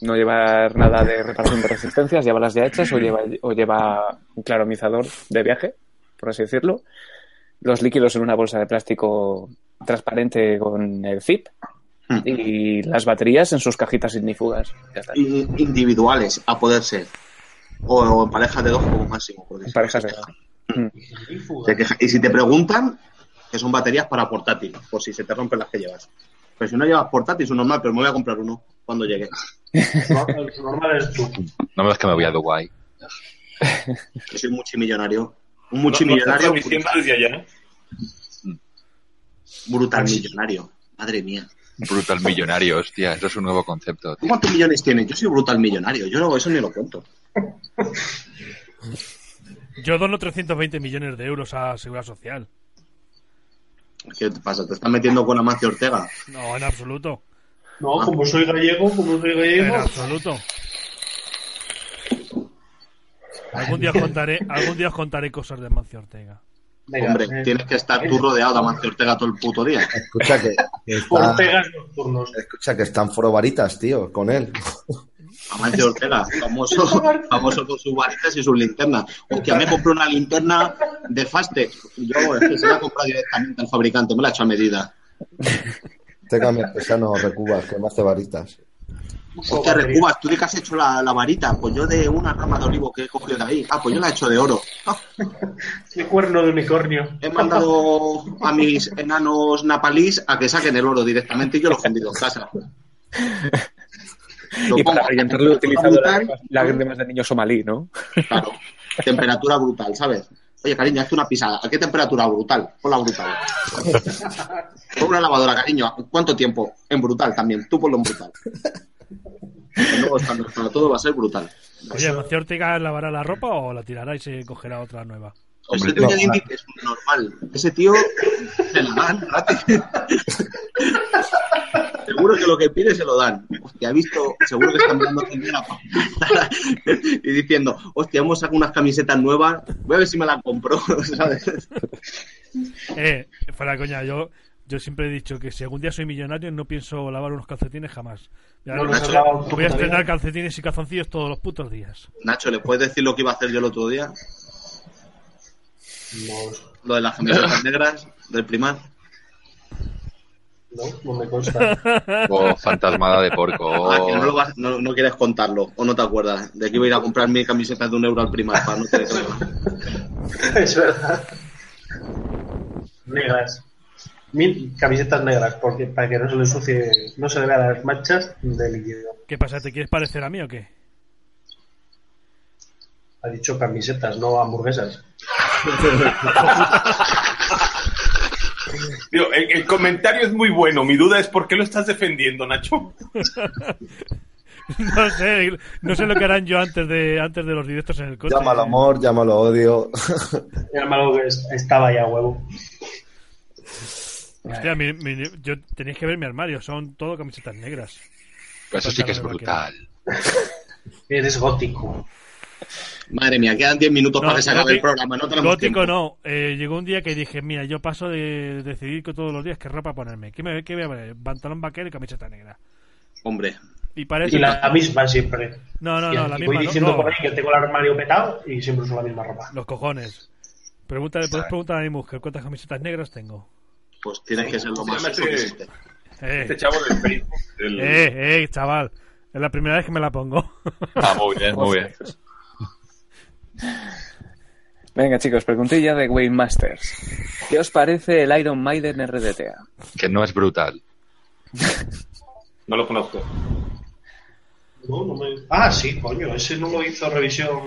No llevar nada de reparación de resistencias, llevarlas ya hechas o lleva, o lleva un claromizador de viaje, por así decirlo. Los líquidos en una bolsa de plástico transparente con el zip Hmm. y las baterías en sus cajitas ignífugas. Ya está. In- individuales, a poder ser. O, o en parejas de dos como máximo. porque En si parejas no se de dos. quejan. Se quejan. Y si te preguntan, que son baterías para portátil, por si se te rompen las que llevas. Pero si no llevas portátil, es normal, pero me voy a comprar uno cuando llegue. No, el normal es tú. No me ves que me voy a Dubái. Que soy multimillonario. Un ¿No- no estás multimillonario transmitiendo brutal, desde allá? brutal millonario. Madre mía. Brutal millonario, hostia. Eso es un nuevo concepto. ¿Tú cuántos millones tienes? Yo soy brutal millonario. Yo no, eso ni lo cuento. Yo dono 320 millones de euros a Seguridad Social. ¿Qué te pasa? ¿Te estás metiendo con Amancio Ortega? No, en absoluto. No, como soy gallego, como soy En gallego. absoluto. Algún día os contaré, algún día os contaré cosas de Mancio Ortega. Venga, Hombre, eh, tienes que estar tú rodeado de Amancio Ortega todo el puto día. Escucha que, que está- Ortegas nocturnos. escucha que están forobaritas, tío, con él. Amancio Ortega, famoso, famoso por sus varitas y sus linternas. Hostia, me compré una linterna de Fastex. Yo, es que se la he comprado directamente al fabricante, me la he hecho a medida. Este Tenga mi artesano recubas, que me hace este varitas. Hostia, eh, Recubas, tú de que has hecho la, la varita. Pues yo de una rama de olivo que he cogido de ahí. Ah, pues yo la he hecho de oro. El cuerno de unicornio. He mandado a mis enanos napalís a que saquen el oro directamente y yo lo he fundido en casa. Lo Y pongo para a rellenarlo he temperatura utilizado brutal, lágrimas- lágrimas de niño somalí, ¿no? Claro, temperatura brutal, ¿sabes? Oye, cariño, hazte una pisada. ¿A qué temperatura brutal? Ponla brutal. Pon una lavadora, cariño. ¿Cuánto tiempo? En brutal también. Tú ponlo en brutal. El nuevo estándar para todo va a ser brutal. Oye, ¿Rocío Ortega lavará la ropa o la tirará y se cogerá otra nueva? Ese tío ya dice que es un normal. Ese tío se la dan gratis. seguro que lo que pide se lo dan. Hostia, ha visto, seguro que están mirando gente la pantalla y diciendo, hostia, hemos sacado unas camisetas nuevas, voy a ver si me las compro, ¿sabes? Eh, fuera coña, yo, yo siempre he dicho que si algún día soy millonario no pienso lavar unos calcetines jamás. Ya No lo- los has lavado en tu voy a puta estrenar vida. calcetines y calzoncillos todos los putos días. Nacho, ¿le puedes decir lo que iba a hacer yo el otro día? No, Lo de las camisetas negras del primar. no, no me consta. Oh, fantasmada de porco. Ah, que no, lo oh. vas- no- no quieres contarlo, o no te acuerdas. De aquí voy a ir a comprar mil camisetas de un euro al primar para no tener que verlo. es verdad. Negras. Mil camisetas negras, porque para que no se le ensucie, no se le vean las manchas de líquido. ¿Qué pasa? ¿Te quieres parecer a mí o qué? Ha dicho camisetas, no hamburguesas. Digo, el, el comentario es muy bueno. Mi duda es por qué lo estás defendiendo, Nacho. No sé, no sé lo que harán yo antes de antes de los directos en el coche. Llámalo amor, llámalo odio. Era malo que es- estaba ya huevo. Hostia, mi- mi- yo tenéis que ver mi armario, son todo camisetas negras. Eso sí que es Fantasma de brutal. Eres gótico. Madre mía, quedan 10 minutos No, para que se acabe góti- el programa, no tenemos Gótico tiempo. no, eh, llegó un día que dije, mira, yo paso de decidir que todos los días qué ropa ponerme. ¿Qué, me, qué voy a poner? Pantalón vaquero y camiseta negra. Hombre, Y parece Y la misma siempre. No, no, Y no, la voy misma no, diciendo no. por ahí que tengo el armario petado y siempre uso la misma ropa. Los cojones. Pregúntale, puedes Ay. preguntar a mi mujer cuántas camisetas negras tengo. pues tienes que ser lo más Cálmate. suficiente. Eh, Este chavo del Facebook. del- eh, eh, chaval. Es la primera vez que me la pongo. Ah, muy bien, muy bien. Venga, chicos, preguntilla de Wayne Masters. ¿Qué os parece el Iron Maiden RDTA? Que no es brutal. No lo conozco. No, no me- Ah, sí, coño, ese no lo hizo revisión.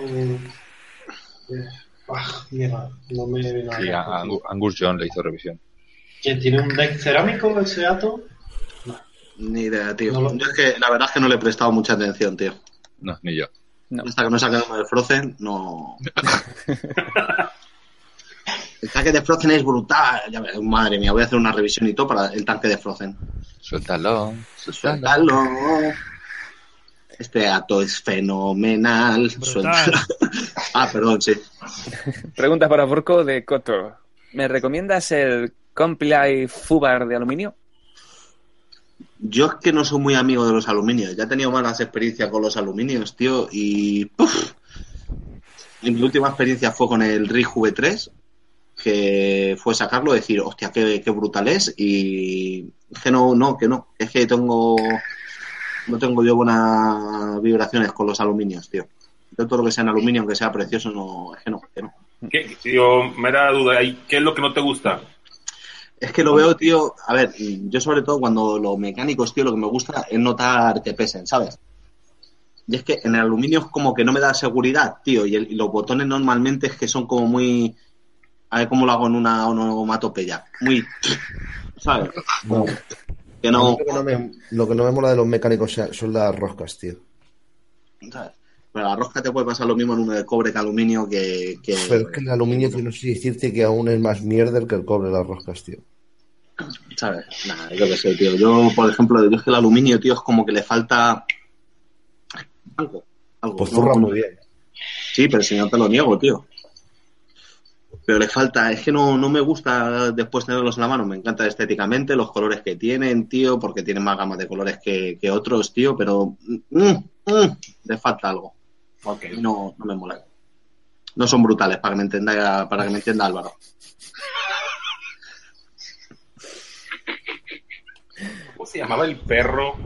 Eh, ah, mierda, no me Ah, viene Sí, a- a- a pues Angus John le hizo revisión. ¿Quién tiene un deck cerámico ese gato? Ni idea, tío. No lo- Yo es que la verdad es que no le he prestado mucha atención, tío. No, ni yo. No. Hasta que no saquemos el Frozen, no. el tanque de Frozen es brutal. Ya ves, madre mía, voy a hacer una revisión y todo para el tanque de Frozen. Suéltalo, suéltalo. Suéltalo. Este gato es fenomenal. Brutal. Suéltalo. ah, perdón, sí. Pregunta para Porco de Coto. ¿Me recomiendas el Comply Fubar de aluminio? Yo es que no soy muy amigo de los aluminios. Ya he tenido malas experiencias con los aluminios, tío. Y. ¡puf! Y mi última experiencia fue con el RIG V3, que fue sacarlo y decir, hostia, qué, qué brutal es. Y. Es que no, no, que no. Es que tengo. No tengo yo buenas vibraciones con los aluminios, tío. Yo todo lo que sea en aluminio, aunque sea precioso, no. Es que no, que no. ¿Qué, digo, me da duda. ¿y ¿Qué es lo que no te gusta? Es que lo veo, tío. A ver, yo sobre todo cuando los mecánicos, tío, lo que me gusta es notar que pesen, ¿sabes? Y es que en el aluminio es como que no me da seguridad, tío. Y, el- y los botones normalmente es que son como muy. A ver cómo lo hago en una onomatopeya. Muy. ¿Sabes? No. Que A mí no. Lo, que no me, lo que no me mola de los mecánicos sea- son las roscas, tío. ¿sabes? Pero la rosca te puede pasar lo mismo en uno de cobre que aluminio que. que- Pero es que el aluminio, tío, no sé si decirte que aún es más mierder que el cobre las roscas, tío. ¿Sabes? Nah, yo qué sé, tío. Yo, por ejemplo, yo es que el aluminio, tío, es como que le falta. Algo. algo Pues ¿no? zurra Como- muy bien. Sí, pero si no te lo niego, tío. Pero le falta, es que no, no me gusta después tenerlos en la mano. Me encanta estéticamente, los colores que tienen, tío, porque tienen más gamas de colores que, que otros, tío, pero mm, mm, le falta algo. Porque no, no me mola. No son brutales, para que me entienda, para que me entienda Álvaro. ¿Cómo se llamaba el perro?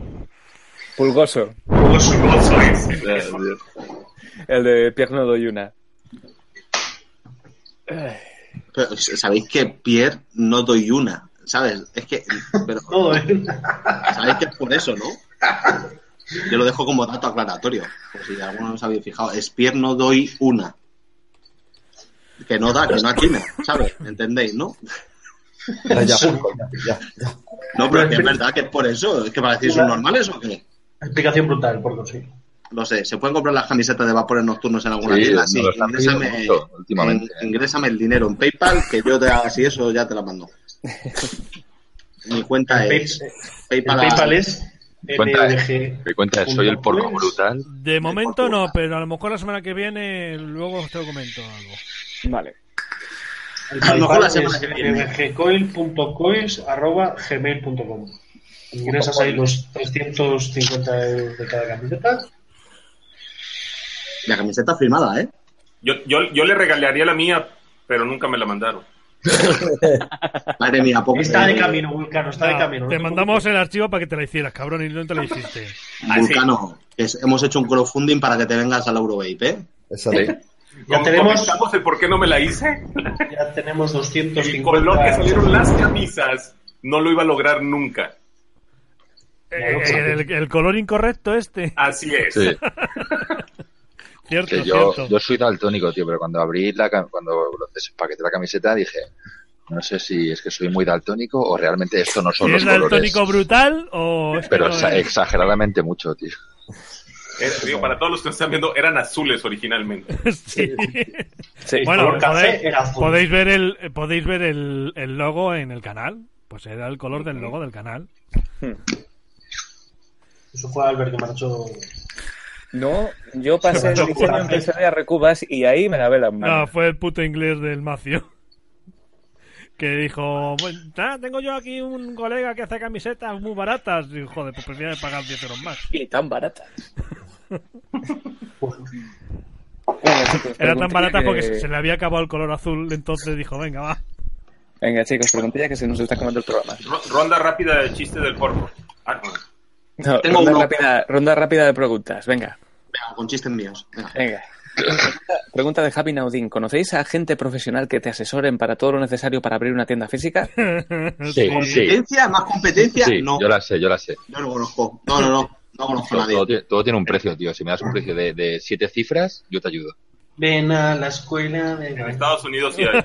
Pulgoso. con su gozo. dice. El de Pierno Doyuna. Pero, Sabéis que Pierre no doy una, ¿sabes? Es que. pero Todo, ¿eh? Sabéis que es por eso, ¿no? Yo lo dejo como dato aclaratorio. Por si alguno no os habéis fijado. Es Pierre no doy una. Que no da, que no atina, ¿sabes? ¿Entendéis, no? Ya, ya, ya, ya. No, pero que es verdad que es por eso. Es que para decir, ¿son normales o qué? Explicación brutal, por sí. No sé, ¿se pueden comprar las camisetas de vapores nocturnos en alguna Sí, tienda? nos Sí, las han pedido ingrésame, mucho últimamente. ¿eh? in- ingrésame el dinero en PayPal, que yo te haga así eso, ya te la mando. Mi cuenta En Ah, es PayPal. El PayPal es Cuenta, MDG. Me cuenta, soy el porno brutal. De momento no, pero a lo mejor la semana que viene luego os te lo comento algo. Vale. El A lo mejor PayPal la es semana que viene. mdgcoil.coins.gmail.com Ingresas ahí los 350 euros de cada camiseta. La camiseta firmada, ¿eh? Yo, yo, yo le regalaría la mía, pero nunca me la mandaron. Madre mía, poco. Está de camino, Vulcano, está de Ah, camino. Te mandamos el archivo para que te la hicieras, cabrón, y no te la hiciste. Vulcano, que es- hemos hecho un crowdfunding para que te vengas al Eurovape, ¿eh? Exacto. Ya Como tenemos- comentamos el por qué no me la hice. Ya tenemos El color que 250. salieron las camisas no lo iba a lograr nunca. Eh, el, el color incorrecto este. Así es. Sí, Cierto, que yo, cierto. yo soy daltónico, tío, pero cuando abrí la cam- cuando desempaqueté la camiseta dije, no sé si es que soy muy daltónico o realmente esto no son los ¿Es colores. daltónico brutal o es que Pero eh. no exa- es? exageradamente mucho, tío. Era- digo, para todos los que nos están viendo, eran azules originalmente. Sí. Sí. Bueno, pues color café podéis, era azul. podéis ver el eh, podéis ver el, el logo en el canal. Pues era el color del logo del canal. Eso fue Albert que marchó. No, yo pasé el Yo diseño juraba. empresarial a Recubas y ahí me lavé las No, manos. fue el puto inglés del Macio. Que dijo, bueno, ah, tengo yo aquí un colega que hace camisetas muy baratas. Y joder, pues prefiero pagar 10 euros más. Y tan barata. Venga, chicos, Era tan preguntilla barata que- porque se se le había acabado el color azul, entonces dijo, venga, va. Venga, chicos, preguntilla que se nos está acabando el programa. Ro- Ronda rápida de chiste del porno. Ah, no. No, Tengo ronda, uno. rápida, ronda rápida de preguntas. Venga, Venga, con chistes míos. Venga. venga. Pregunta, pregunta de Happy Naudin. ¿Conocéis a gente profesional que te asesoren para todo lo necesario para abrir una tienda física? Sí, sí. ¿Competencia? ¿Más competencia? Sí, no, yo la sé, yo la sé. yo no conozco. No, no, no. No conozco a Todo, todo nadie. tiene- todo tiene un precio, tío. Si me das un precio de, de siete cifras, yo te ayudo. Ven a la escuela de. En Estados Unidos sí hay.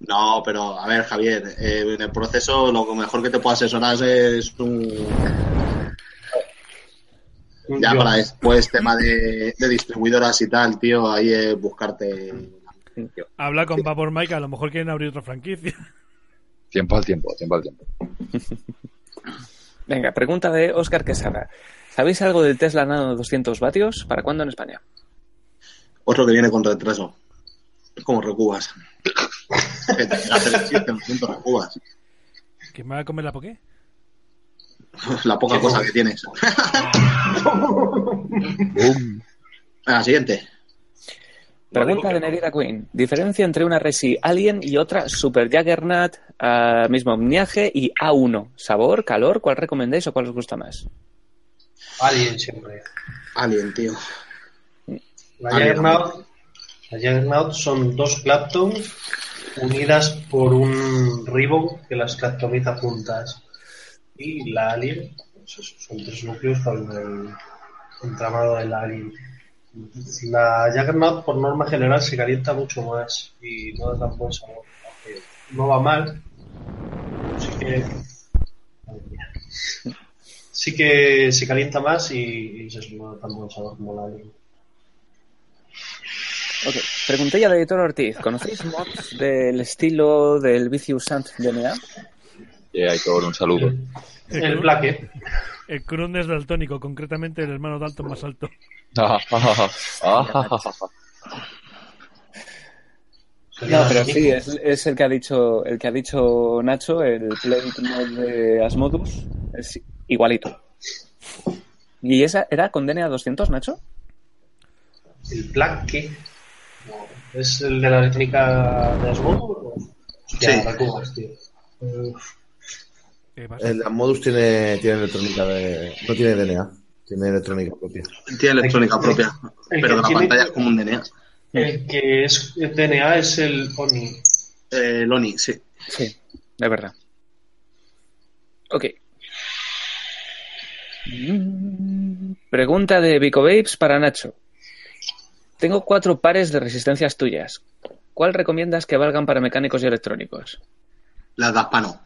No, pero a ver, Javier, eh, en el proceso lo mejor que te puedo asesorar es un. Ya Yo. para después tema de, de distribuidoras y tal, tío, ahí es buscarte. Habla con Vapor Mike, a lo mejor quieren abrir otra franquicia. Tiempo al tiempo, tiempo al tiempo. Venga, pregunta de Oscar Quesada. ¿Sabéis algo del Tesla Nano 200 vatios? ¿Para cuándo en España? Otro que viene con retraso. Es como recubas. Que te hace el chiste, lo siento, recubas. ¿Que me va a comer la poqué? La poca cosa que tienes. Venga, siguiente. Pregunta de Nerida Queen. ¿Diferencia entre una Resi Alien y otra Super Juggernaut, ah, mismo omniaje y A1? ¿Sabor, calor? ¿Cuál recomendáis o cuál os gusta más? Alien siempre. Alien, tío. La Alien. Juggernaut, la Juggernaut son dos Claptons unidas por un ribbon que las claptoniza juntas. Y la Alien, pues eso, son tres núcleos con el entramado de la Alien. La Juggernaut, por norma general, se calienta mucho más y no da tan buen sabor. aunque No va mal. Sí que. madre mía. Sí que se calienta más y, y se no da tan buen sabor como la Alien. Ok. Pregunté ya al editor Ortiz. ¿Conocéis mods del estilo del Vicious Sant DNA? Eh, hay todo un saludo. El plaque. El Crun es daltónico, concretamente el hermano Dalton más alto. Ah, ah, ah, ah, ah. No, pero sí, es, es el que ha dicho el que ha dicho Nacho, el plate mod de Asmodus. Es igualito. ¿Y esa era con DNA 200, Nacho? El plaque. No, ¿Es el de la técnica de Asmodo? Sí. Hostia, la cubas, tío. Eh, Eh, vas- El Modus tiene, tiene electrónica de. No tiene DNA, tiene electrónica propia. Tiene electrónica propia, el pero que la tiene- pantalla es como un DNA. El que es el DNA es el Oni. Eh, Loni, sí. Sí, es verdad. Ok. Mm, Pregunta de Vico Babes para Nacho. Tengo cuatro pares de resistencias tuyas. ¿Cuál recomiendas que valgan para mecánicos y electrónicos? Las de Aspano.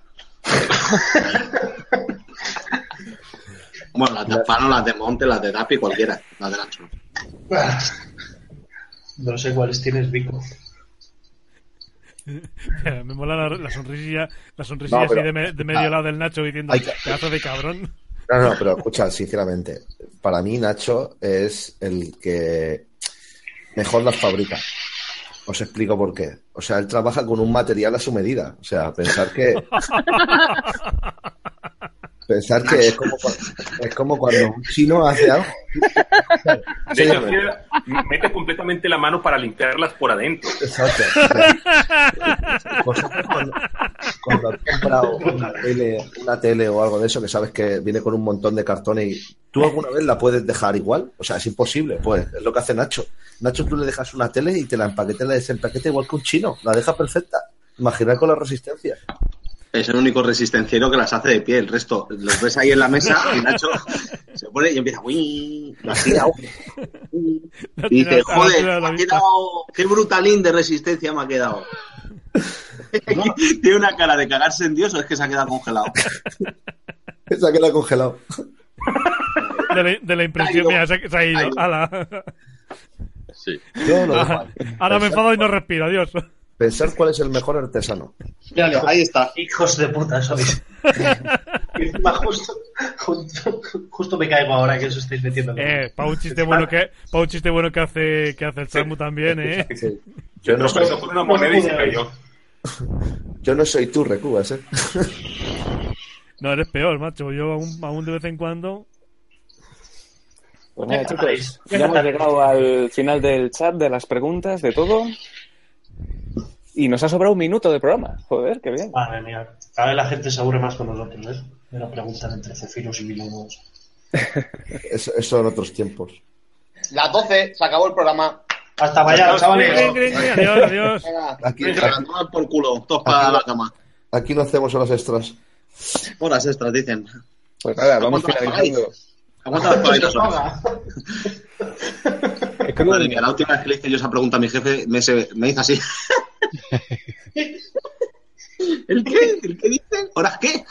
bueno, las de Aspano, las de Monte, las de Dapi, cualquiera. Las de Nacho. No sé cuáles tienes, Vico. Me mola la, la sonrisilla, la sonrisilla No, pero- así de, me- de medio Ah. lado del Nacho diciendo Hay que- pedazo de cabrón. No, no, pero escucha, sinceramente, para mí Nacho es el que mejor las fabrica. Os explico por qué. O sea, él trabaja con un material a su medida. O sea, pensar que. pensar que es como, cua- es como cuando un chino hace algo. De hecho, Sí, tiene- mete completamente la mano para limpiarlas por adentro. Exacto. O sea, Vosotros cuando, cuando has comprado una tele, una tele o algo de eso que sabes que viene con un montón de cartones y tú alguna vez la puedes dejar igual, o sea, es imposible, pues es lo que hace Nacho. Nacho tú le dejas una tele y te la empaqueta y la desempaqueta igual que un chino, la deja perfecta. Imaginar con la resistencia. Es el único resistenciero que las hace de pie. El resto los ves ahí en la mesa y Nacho se pone y empieza. "Uy", lo hacía, uy, uy. La Y tiene dice: a- a la altura de Joder, la me ha vista. quedado. Qué brutalín de resistencia me ha quedado. Tiene una cara de cagarse en Dios o es que se ha quedado congelado. Esa que la ha congelado. De la, de la impresión, ido. mira, se, ha- se ha ido. Ha ido. Ala. Sí. Yo lo dejo ahí. Ahora me pensar, enfado y no respiro, adiós. pensar cuál es el mejor artesano. Claro, ahí está. Hijos de puta, sois. Y encima justo, justo, justo me caigo ahora que os estáis metiendo. en la- Eh, para un chiste bueno que, para un chiste bueno que hace, que hace el Samu también, eh. Sí. Yo no soy, Tropezó con una moneda y se cayó. yo no soy tú, Recubas, ¿eh? No, eres peor, macho. Yo aún, aún de vez en cuando. Pues nada, chicos, ya hemos llegado al final del chat, de las preguntas, de todo. Y nos ha sobrado un minuto de programa. Joder, qué bien. Madre mía. Cada vez la gente se aburre más con nosotros, ¿eh? Me lo preguntan entre cefiros y milagros. Eso, eso en otros tiempos. Las 12, se acabó el programa. Hasta mañana, Gring, chavales. gring, gring, Adiós, adiós. Venga. Aquí, Venga, a tomar por culo, todos para la cama. aquí no hacemos horas extras. Horas estas, dicen. Pues nada, vamos ¿Cuánto nos finalizando. Aguanta para dos horas. Es que Madre mía, la última vez que le hice yo esa pregunta a mi jefe, me, se- me hizo así. ¿El qué? ¿El qué dicen? ¿Horas qué?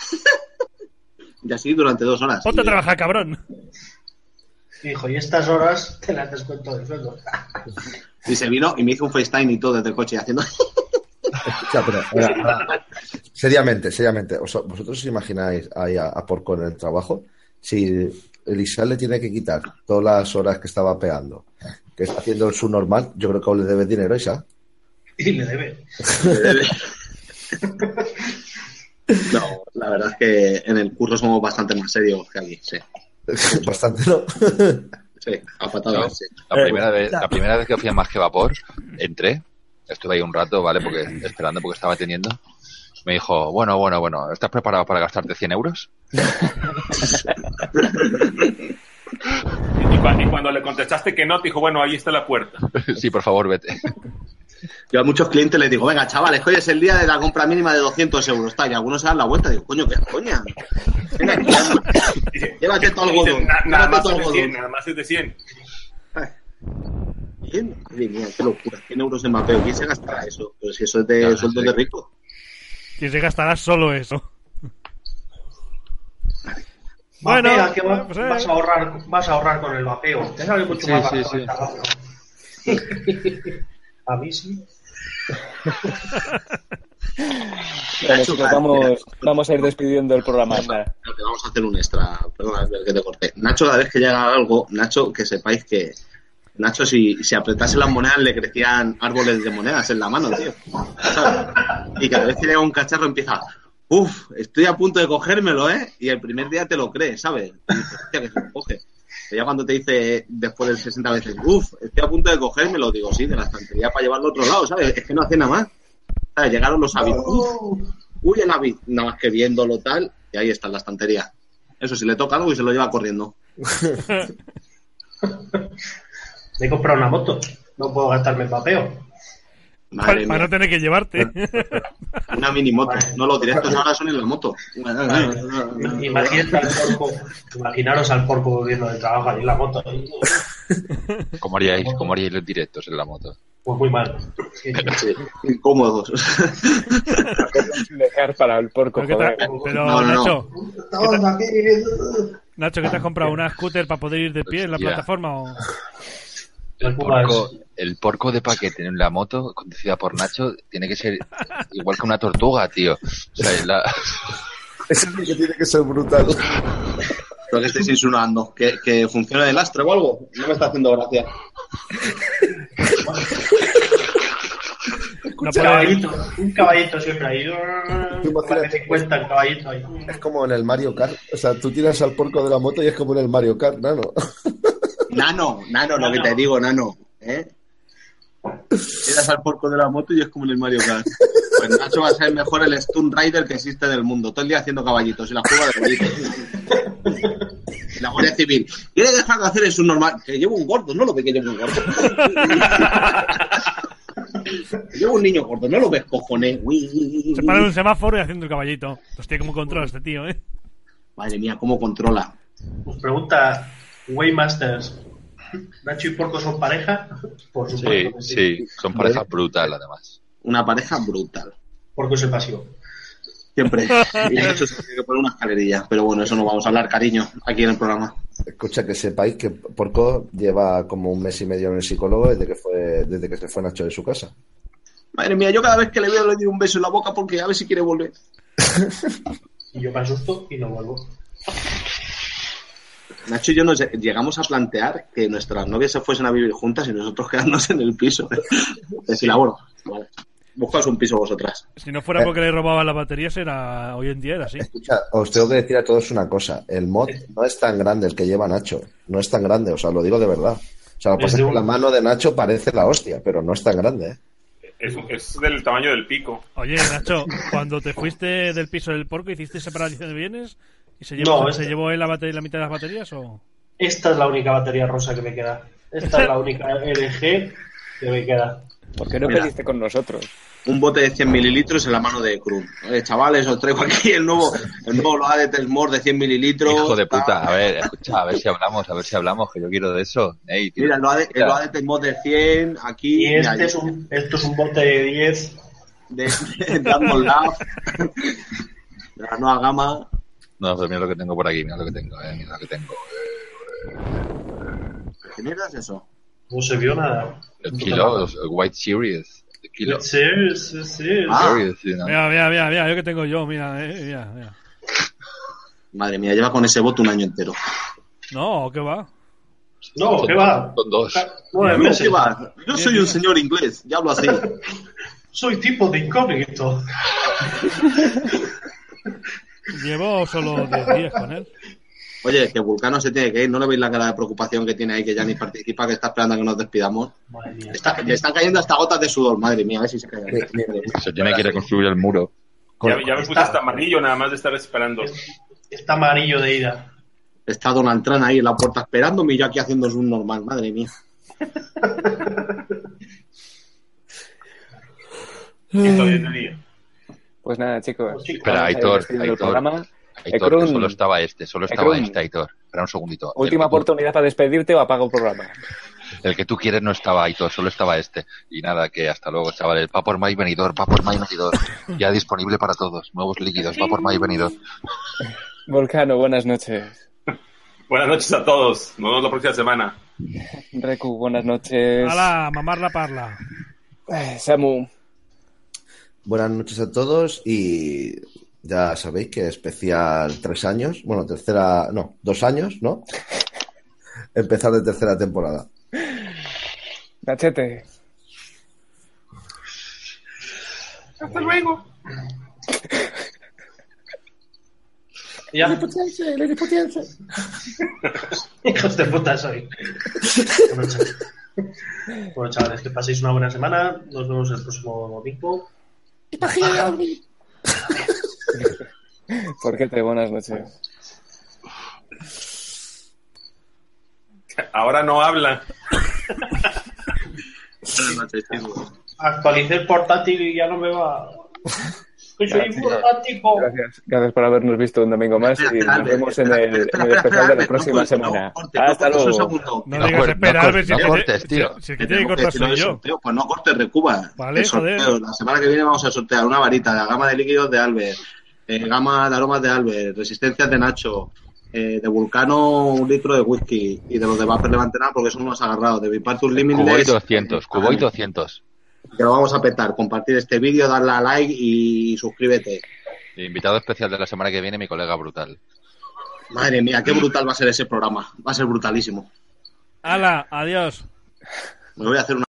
Y así durante dos horas. Ponte a Y- trabajar, cabrón. Hijo, y estas horas te las descuento del sueldo. Y se vino y me hizo un FaceTime y todo desde el coche haciendo. Escucha, pero, mira, ahora, seriamente, seriamente. o sea, ¿Vosotros os imagináis ahí a, a Porco en el trabajo? Si Elisal le tiene que quitar todas las horas que estaba pegando, que está haciendo el subnormal, yo creo que aún le debe dinero a esa. Y le debe. No, la verdad es que en el curso somos bastante más serios que aquí, sí. Bastante, ¿no? Sí, a patadas, sí. La primera, vez, la primera vez que fui a Más que Vapor, entré, estuve ahí un rato, ¿vale? Porque esperando porque estaba teniendo. Me dijo, bueno, bueno, bueno, ¿estás preparado para gastarte 100 euros? Y, cua- y cuando le contestaste que no, te dijo, bueno, ahí está la puerta. sí, por favor, vete. Yo a muchos clientes les digo, venga, chavales, que hoy es el día de la compra mínima de 200 euros. Tal, y algunos se dan la vuelta y digo, coño, qué coña. Venga, Dice, Llévate todo el dice, godón, "Na- Nada llévate más todo el es de 100, godón". nada más es de 100. ¿Quién? Madre mía, qué locura. 100 euros en Mapeo. ¿Quién se gastará eso? Pero si eso es de Ya, sueldos sí. de rico. Que se gastará solo eso. Bueno, Vapea, que va- pues, eh. vas, a ahorrar, vas a ahorrar con el vapeo. Te sale mucho Sí, más sí, barato sí. el tabaco. A mí sí. Bueno, chicos, vamos, vamos a ir despidiendo el programa. anda. Creo que vamos a hacer un extra. Perdona, Albert, que te corté. Nacho, cada vez que llega algo, Nacho, que sepáis que. Nacho, si, si apretase las monedas, le crecían árboles de monedas en la mano, tío. ¿Sabes? Y cada vez que llega un cacharro empieza. Uf, estoy a punto de cogérmelo, ¿eh? Y el primer día te lo crees, ¿sabes? Y dices, "Hostia, que se lo coge. Pero ya cuando te dice después de 60 veces, uff, estoy a punto de cogérmelo, digo, sí, de la estantería para llevarlo a otro lado, ¿sabes? Es que no hace nada más. ¿Sabes? Llegaron los hábitos. Uf, uy, el hábito, nada más que viéndolo tal, y que ahí está en la estantería. Eso si le toca algo y se lo lleva corriendo. Me he comprado una moto. No puedo gastarme en papeo. Para, Madre para no mía, tener que llevarte. una mini moto. No, los directos ahora son en la moto. Imagínate al porco. Imaginaros al porco volviendo del trabajo ahí en la moto. Pues ¿Cómo haríais, cómo haríais los directos en la moto? Pues muy mal. Sí, incómodos. Dejar para el porco, Pero, ¿qué te- joder. pero, No, no, no. Nacho, Estamos aquí viviendo. Nacho, ¿qué te has comprado? ¿Una scooter para poder ir de pie en la Hostia. plataforma? O... El porco, el porco de paquete en la moto, conducida por Nacho, tiene que ser igual que una tortuga, tío. O sea, es la- Eso sí que tiene que ser brutal. Lo que estáis insinuando. ¿Que, que funcione el lastre o algo. No me está haciendo gracia. No Un puedes, caballito, un caballito siempre ahí. Tú imagínate. Para que te cuenta el caballito ahí. Es como en el Mario Kart. O sea, tú tiras al porco de la moto y es como en el Mario Kart, nano. Nano, nano, lo que te digo, nano. ¿eh? Tiras al porco de la moto y es como en el Mario Kart. Pues Nacho va a ser mejor el Stun Rider que existe en el mundo. Todo el día haciendo caballitos y la fuga de caballitos. Y La Guardia Civil. Quiere dejar de hacer eso normal. Que llevo un gordo, no lo ve que llevo un gordo. Que llevo un niño gordo, no lo ves, cojones. Uy, uy, uy, se para en uy. un semáforo y haciendo el caballito. Hostia, cómo controla este tío, ¿eh? Madre mía, cómo controla. Nos Pues pregunta Waymasters. ¿Nacho y Porco son pareja? Por sí, supuesto. que sí, son pareja brutal, además. Una pareja brutal. Porco es el pasivo. Siempre. Y Nacho se tiene que poner una escalerilla. Pero bueno, eso no vamos a hablar, cariño, aquí en el programa. Escucha, que sepáis que Porco lleva como un mes y medio en el psicólogo desde que, fue, desde que se fue Nacho de su casa. Madre mía, yo cada vez que le veo le doy un beso en la boca porque a ver si quiere volver. Y yo me asusto y no vuelvo. Nacho y yo nos llegamos a plantear que nuestras novias se fuesen a vivir juntas y nosotros quedarnos en el piso. Decir, bueno, vale, buscaos un piso vosotras. Si no fuera porque le robaban las baterías, era hoy en día era así. Escucha, os tengo que decir a todos una cosa. El mod no es tan grande el que lleva Nacho. No es tan grande, o sea, lo digo de verdad. O sea, lo que pasa Desde es que un- la mano de Nacho parece la hostia, pero no es tan grande. ¿eh? Es, es del tamaño del pico. Oye, Nacho, cuando te fuiste del piso del porco, ¿hiciste separación de bienes? ¿Y se llevó, No, es- ¿se llevó él la, bate- la mitad de las baterías o...? Esta es la única batería rosa que me queda. Esta es la única LG que me queda. ¿Por qué no Mira. pediste con nosotros? Un bote de 100 mililitros en la mano de Krum. Eh, chavales, os traigo aquí el nuevo, el nuevo Loa de Telmor de 100 mililitros. Hijo de tal. puta, a ver, escucha, a ver si hablamos, a ver si hablamos, que yo quiero de eso. Ey, tío. Mira, el Loa de, el Loa de Telmor de 100, aquí. Y mira, este es un, esto es un bote de 10. De, de Dragon Lab. De la nueva gama. No, pero mira lo que tengo por aquí, mira lo que tengo, eh, mira lo que tengo. ¿Qué mierda es eso? No se vio nada. El kilo, los- el White Series. El kilo. Sí, sí, sí. Ah. Series, you know. Mira, mira, mira, mira, yo que tengo yo, mira, eh, mira, mira. Madre mía, lleva con ese bote un año entero. No, ¿qué va? No, ¿qué va? Son dos. Nueve No, meses. ¿qué va? Yo soy un señor inglés, ya hablo así. Soy tipo de incógnito. Llevo solo 10 días con él. Oye, que Vulcano se tiene que ir, ¿no le veis la cara de preocupación que tiene ahí que ya ni participa, que está esperando a que nos despidamos? Madre mía. Está- le están cayendo hasta gotas de sudor, madre mía, a ver si se cae. Se tiene que ir a construir el muro. Ya, ya me puse Está- hasta amarillo nada más de estar esperando. Está amarillo de ira. Está Donald Trump ahí en la puerta esperándome y yo aquí haciendo un normal, madre mía. Y todavía tenía. Pues nada, chicos. Espera, vamos a ir Aitor, despidiendo el Aitor. programa. Aitor, que Ecrón. solo estaba este, solo estaba Ecrón. este, Aitor. Espera un segundito. El Última que tú- oportunidad para despedirte o apago el programa. El que tú quieres no estaba Aitor, solo estaba este. Y nada, que hasta luego, chavales. Vapor May Venidor, Vapor May Venidor. Ya disponible para todos. Nuevos líquidos, Vapor May Venidor. Volcano, buenas noches. Buenas noches a todos. Nos vemos la próxima semana. Reku, buenas noches. Hala, mamar la parla. Eh, Samu, Buenas noches a todos y ya sabéis que especial tres años, bueno, tercera, no, dos años, ¿no? Empezar de tercera temporada. Nachete. Ya. Hijos de puta soy. Bueno, chavales. Bueno, chavales, que paséis una buena semana. Nos vemos el próximo domingo. Porquete, buenas noches. Ahora no habla. Actualicé el portátil y ya no me va. Que soy Gracias. informático. Gracias, gracias por habernos visto un domingo más y nos vemos en el, en el especial de la próxima semana. Hasta luego. No No digas, cortes, espera, no Albert, si es cortes, no que te- cortes, si- tío. si es que tiene que cortar soy yo. Pues no cortes, recuba. Vale, El sorteo. joder. La semana que viene vamos a sortear una varita, la gama de líquidos de Albert, eh, gama de aromas de Albert, resistencias de Nacho, eh, de Vulcano un litro de whisky y de los de Vapor Levantenal porque son unos agarrados. De mi parte un límite. Cuboy 200, Cuboy 200. Te lo vamos a petar. Compartir este vídeo, darle a like y suscríbete. Invitado especial de la semana que viene, mi colega brutal. Madre mía, qué brutal va a ser ese programa. Va a ser brutalísimo. Hala, adiós. Me voy a hacer una